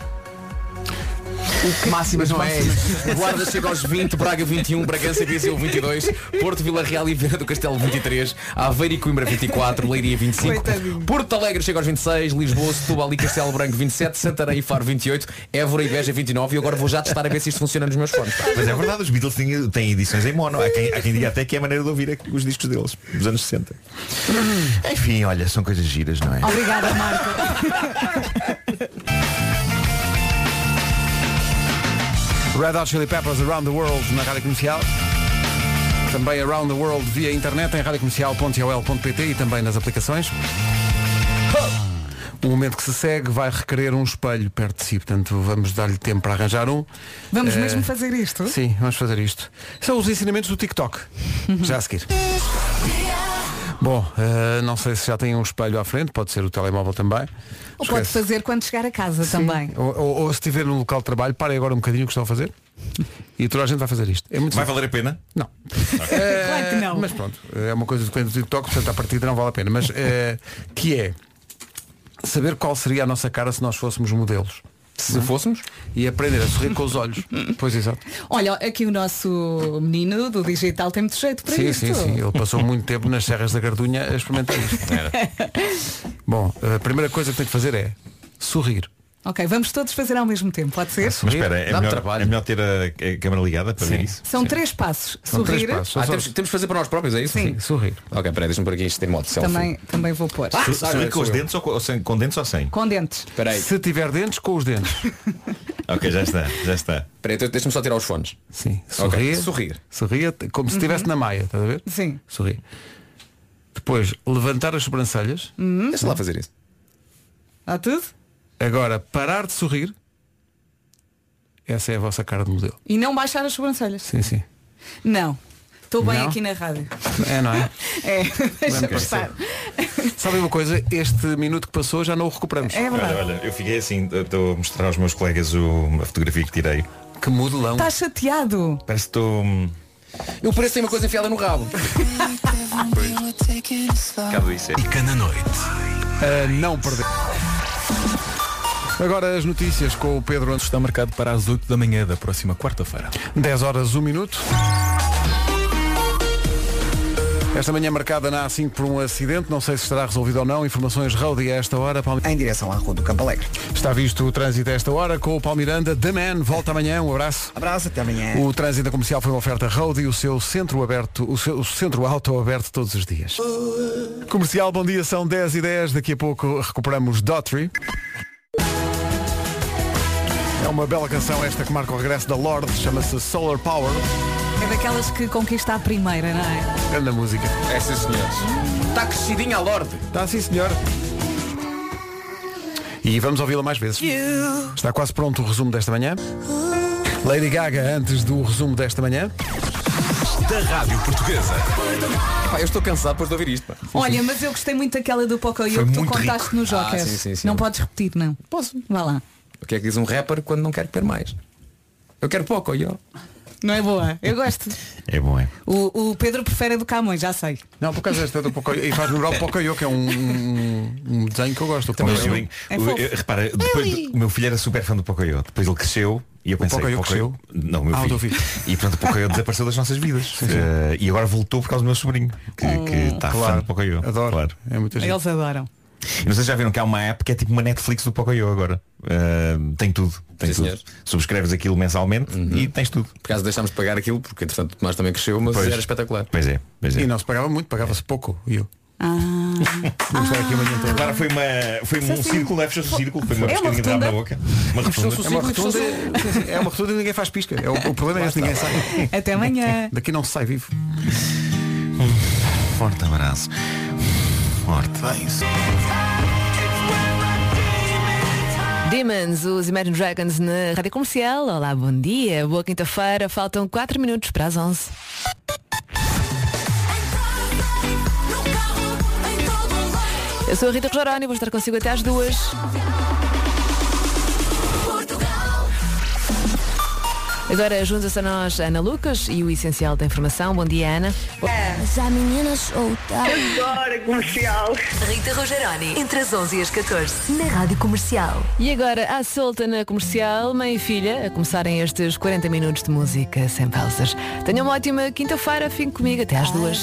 G: Máximas não é isso. Guarda chega aos 20, Braga 21, Bragança e Viseu 22, Porto Vila Real e Viana do Castelo 23, Aveiro e Coimbra 24, Leiria 25,
L: Coitadinho.
G: Porto Alegre chega aos 26, Lisboa, Setúbal e Castelo Branco 27, Santarém e Faro 28, Évora e Beja 29 e eu agora vou já testar a ver se isto funciona nos meus fones. pá.
J: Mas é verdade, os Beatles têm, têm edições em mono. Há quem, há quem diga até que é a maneira de ouvir os discos deles, dos anos 60. Enfim, olha, são coisas giras, não é?
D: Obrigada, Marco.
A: Red Hot Chili Peppers Around the World na Rádio Comercial. Também Around the World via internet em radiocomercial.ol.pt e também nas aplicações. O momento que se segue vai requerer um espelho perto de si, portanto vamos dar-lhe tempo para arranjar um.
D: Vamos
J: É.
A: Eh,
D: mesmo fazer isto?
A: Sim, vamos fazer isto. São os ensinamentos do TikTok. Já a seguir. Bom, eh, não sei se já tem um espelho à frente, pode ser o telemóvel também.
D: Ou pode
A: Esquece.
D: fazer quando chegar a casa também.
A: Ou, ou- ou se estiver num local de trabalho, parem agora um bocadinho o que estão a fazer. E toda a gente vai fazer isto. É muito
J: Vai
A: simples.
J: valer a pena?
A: Não. claro que não. Mas pronto, é uma coisa do cliente do TikTok, portanto a partida não vale a pena. Mas eh, que é saber qual seria a nossa cara se nós fôssemos modelos. é?
G: Se fôssemos?
A: E aprender a sorrir com os olhos. pois exato.
B: Olha, aqui o nosso menino do digital tem muito jeito para
A: sim,
B: isto.
A: sim, sim. Ele passou muito tempo nas Serras da Gardunha a experimentar isto. Bom, a primeira coisa que tem que fazer é sorrir.
D: Ok, vamos todos fazer ao mesmo tempo, pode ser?
J: Mas espera, é melhor, é melhor ter a, a câmera ligada para ver isso?
D: São três passos.
J: São três
D: Sorrir.
J: passos.
G: Ah, temos, temos que fazer para nós próprios, é isso?
D: Sim.
A: sorrir.
G: Ok, peraí, deixa-me por aqui isto em modo selfie.
D: Também, também vou pôr.
G: Então, Ah, Tá.
J: Su-
G: sabe,
J: Sorrir com
G: sou
J: os
G: eu.
J: dentes ou com, ou sem- com dentes ou sem?
D: Com dentes.
A: Se tiver dentes, com os dentes.
J: Ok, já está, já está.
G: Peraí, então deixa-me só tirar os fones.
A: Sim,
G: Ok,
A: sorrir.
G: sorrir.
A: Sorrir, t- como se estivesse na maia, estás a ver?
D: Sim.
A: Sorrir. Depois, levantar as sobrancelhas.
D: Hum?
G: Deixa lá fazer isso.
D: Há tudo?
A: Agora, parar de sorrir. Essa é a vossa cara de modelo.
B: E não baixar as sobrancelhas.
A: Sim, sim.
B: Não. Estou bem
A: Não?
B: aqui na rádio.
A: É, não é?
B: É, deixa
A: Vamos
B: passar.
A: Sabem uma coisa? Este minuto que passou já não o recuperamos.
D: É.
J: Olha, olha, eu fiquei assim, eu estou a mostrar aos meus colegas o- a fotografia que tirei.
A: Que modelão.
D: Estás chateado.
J: Parece que estou. hum,
G: Eu pareço que tem uma coisa enfiada no rabo.
J: Cabo isso.
F: E cada noite.
A: A não perder. Agora as notícias com o Pedro Antes.
O: Está marcado para as 8 da manhã da próxima quarta-feira.
A: 10 horas, 1 minuto. Esta manhã marcada na A5 por um acidente, não sei se estará resolvido ou não. Informações road a esta hora.
C: Em direção à Rua do Campo Alegre.
A: Está visto o trânsito a esta hora com o Palmiranda. The Man volta amanhã. Um abraço.
C: Abraço, até amanhã.
A: O trânsito da comercial foi uma oferta road e o seu centro aberto, o seu o centro auto aberto todos os dias. Comercial, bom dia, são 10 e 10. Daqui a pouco recuperamos Daughtry. É uma bela canção esta que marca o regresso da Lorde, chama-se Solar Power.
D: É daquelas que conquista a primeira, não é?
A: Grande música.
G: É tá sim, senhores. Está crescidinha a Lorde.
A: Está sim, senhor. E vamos ouvi-la mais vezes. Está quase pronto o resumo desta manhã. Lady Gaga antes do resumo desta manhã.
F: Da Rádio Portuguesa.
G: eu estou cansado depois de ouvir isto.
D: Olha, mas eu gostei muito daquela do Poca
G: Foi
D: Yo que tu
G: muito
D: contaste
G: rico.
D: no Joker.
G: Ah, sim, sim, sim.
D: não podes repetir, não.
G: Posso?
D: Vá lá.
G: O que é que diz um rapper quando não quer ter mais? Eu quero pouco, eu.
D: Não é boa. Eu gosto.
J: É bom, é.
D: O, o Pedro prefere a do Camões, já sei.
A: Não, por causa desta do Pocoyo. E faz lembrar o Pocoyo, que é um, um- um desenho que eu gosto.
J: Também é um
A: Pocoyo.
J: eu- eu- eu- repara, depois
A: Eli.
J: do- o meu filho era super fã do Pocoyo. Depois ele cresceu e eu pensei.
A: Pocoyo
J: Não, o meu
A: Ah, o
J: filho.
A: teu filho.
J: E pronto, o Pocoyo desapareceu das nossas vidas. Eh, e agora voltou por causa do meu sobrinho, que,
A: Oh.
J: que está fã do Pocoyo. Claro.
A: É muito
D: Eles adoram.
J: E Não sei se já viram que há uma app que é tipo uma Netflix do Pocoyo agora. Eh, tem tudo. Tem tudo. Subscreves aquilo mensalmente
A: Uhum.
J: e tens tudo.
G: Por acaso deixámos de pagar aquilo, porque entretanto nós também cresceu, mas
J: Pois.
G: era espetacular.
J: Pois é, pois é.
A: E não se pagava muito, pagava-se pouco. E eu.
D: Ah,
A: Vamos estar aqui amanhã toda.
J: Agora foi, uma, foi
A: Isso
J: um
A: assim-
J: círculo, não é? Fechou-se o círculo, foi uma
A: É uma
J: pescadinha de rabo na
A: rotunda.
J: boca. Uma rotunda.
A: É uma rotunda, sim, sim, é uma rotunda e ninguém faz pisca. É o, o problema é esse, ninguém sai.
D: Até amanhã.
A: Daqui não se sai vivo. um
J: Forte abraço. Forte.
P: Demons, os Imagine Dragons na Rádio Comercial. Olá, bom dia. Boa quinta-feira. Faltam 4 minutos para as 11. Eu sou a Rita Rogeroni, vou estar consigo até às duas. Agora junta-se a nós a Ana Lucas e o Essencial da Informação. Bom dia, Ana.
E: Mas há meninas ou
P: Adoro comercial. Rita Rogeroni, entre as 11 e as 14, na Rádio Comercial. E agora, à solta na comercial, mãe e filha, a começarem estes 40 minutos de música sem pausas. Tenham uma ótima quinta-feira, fiquem comigo até às duas.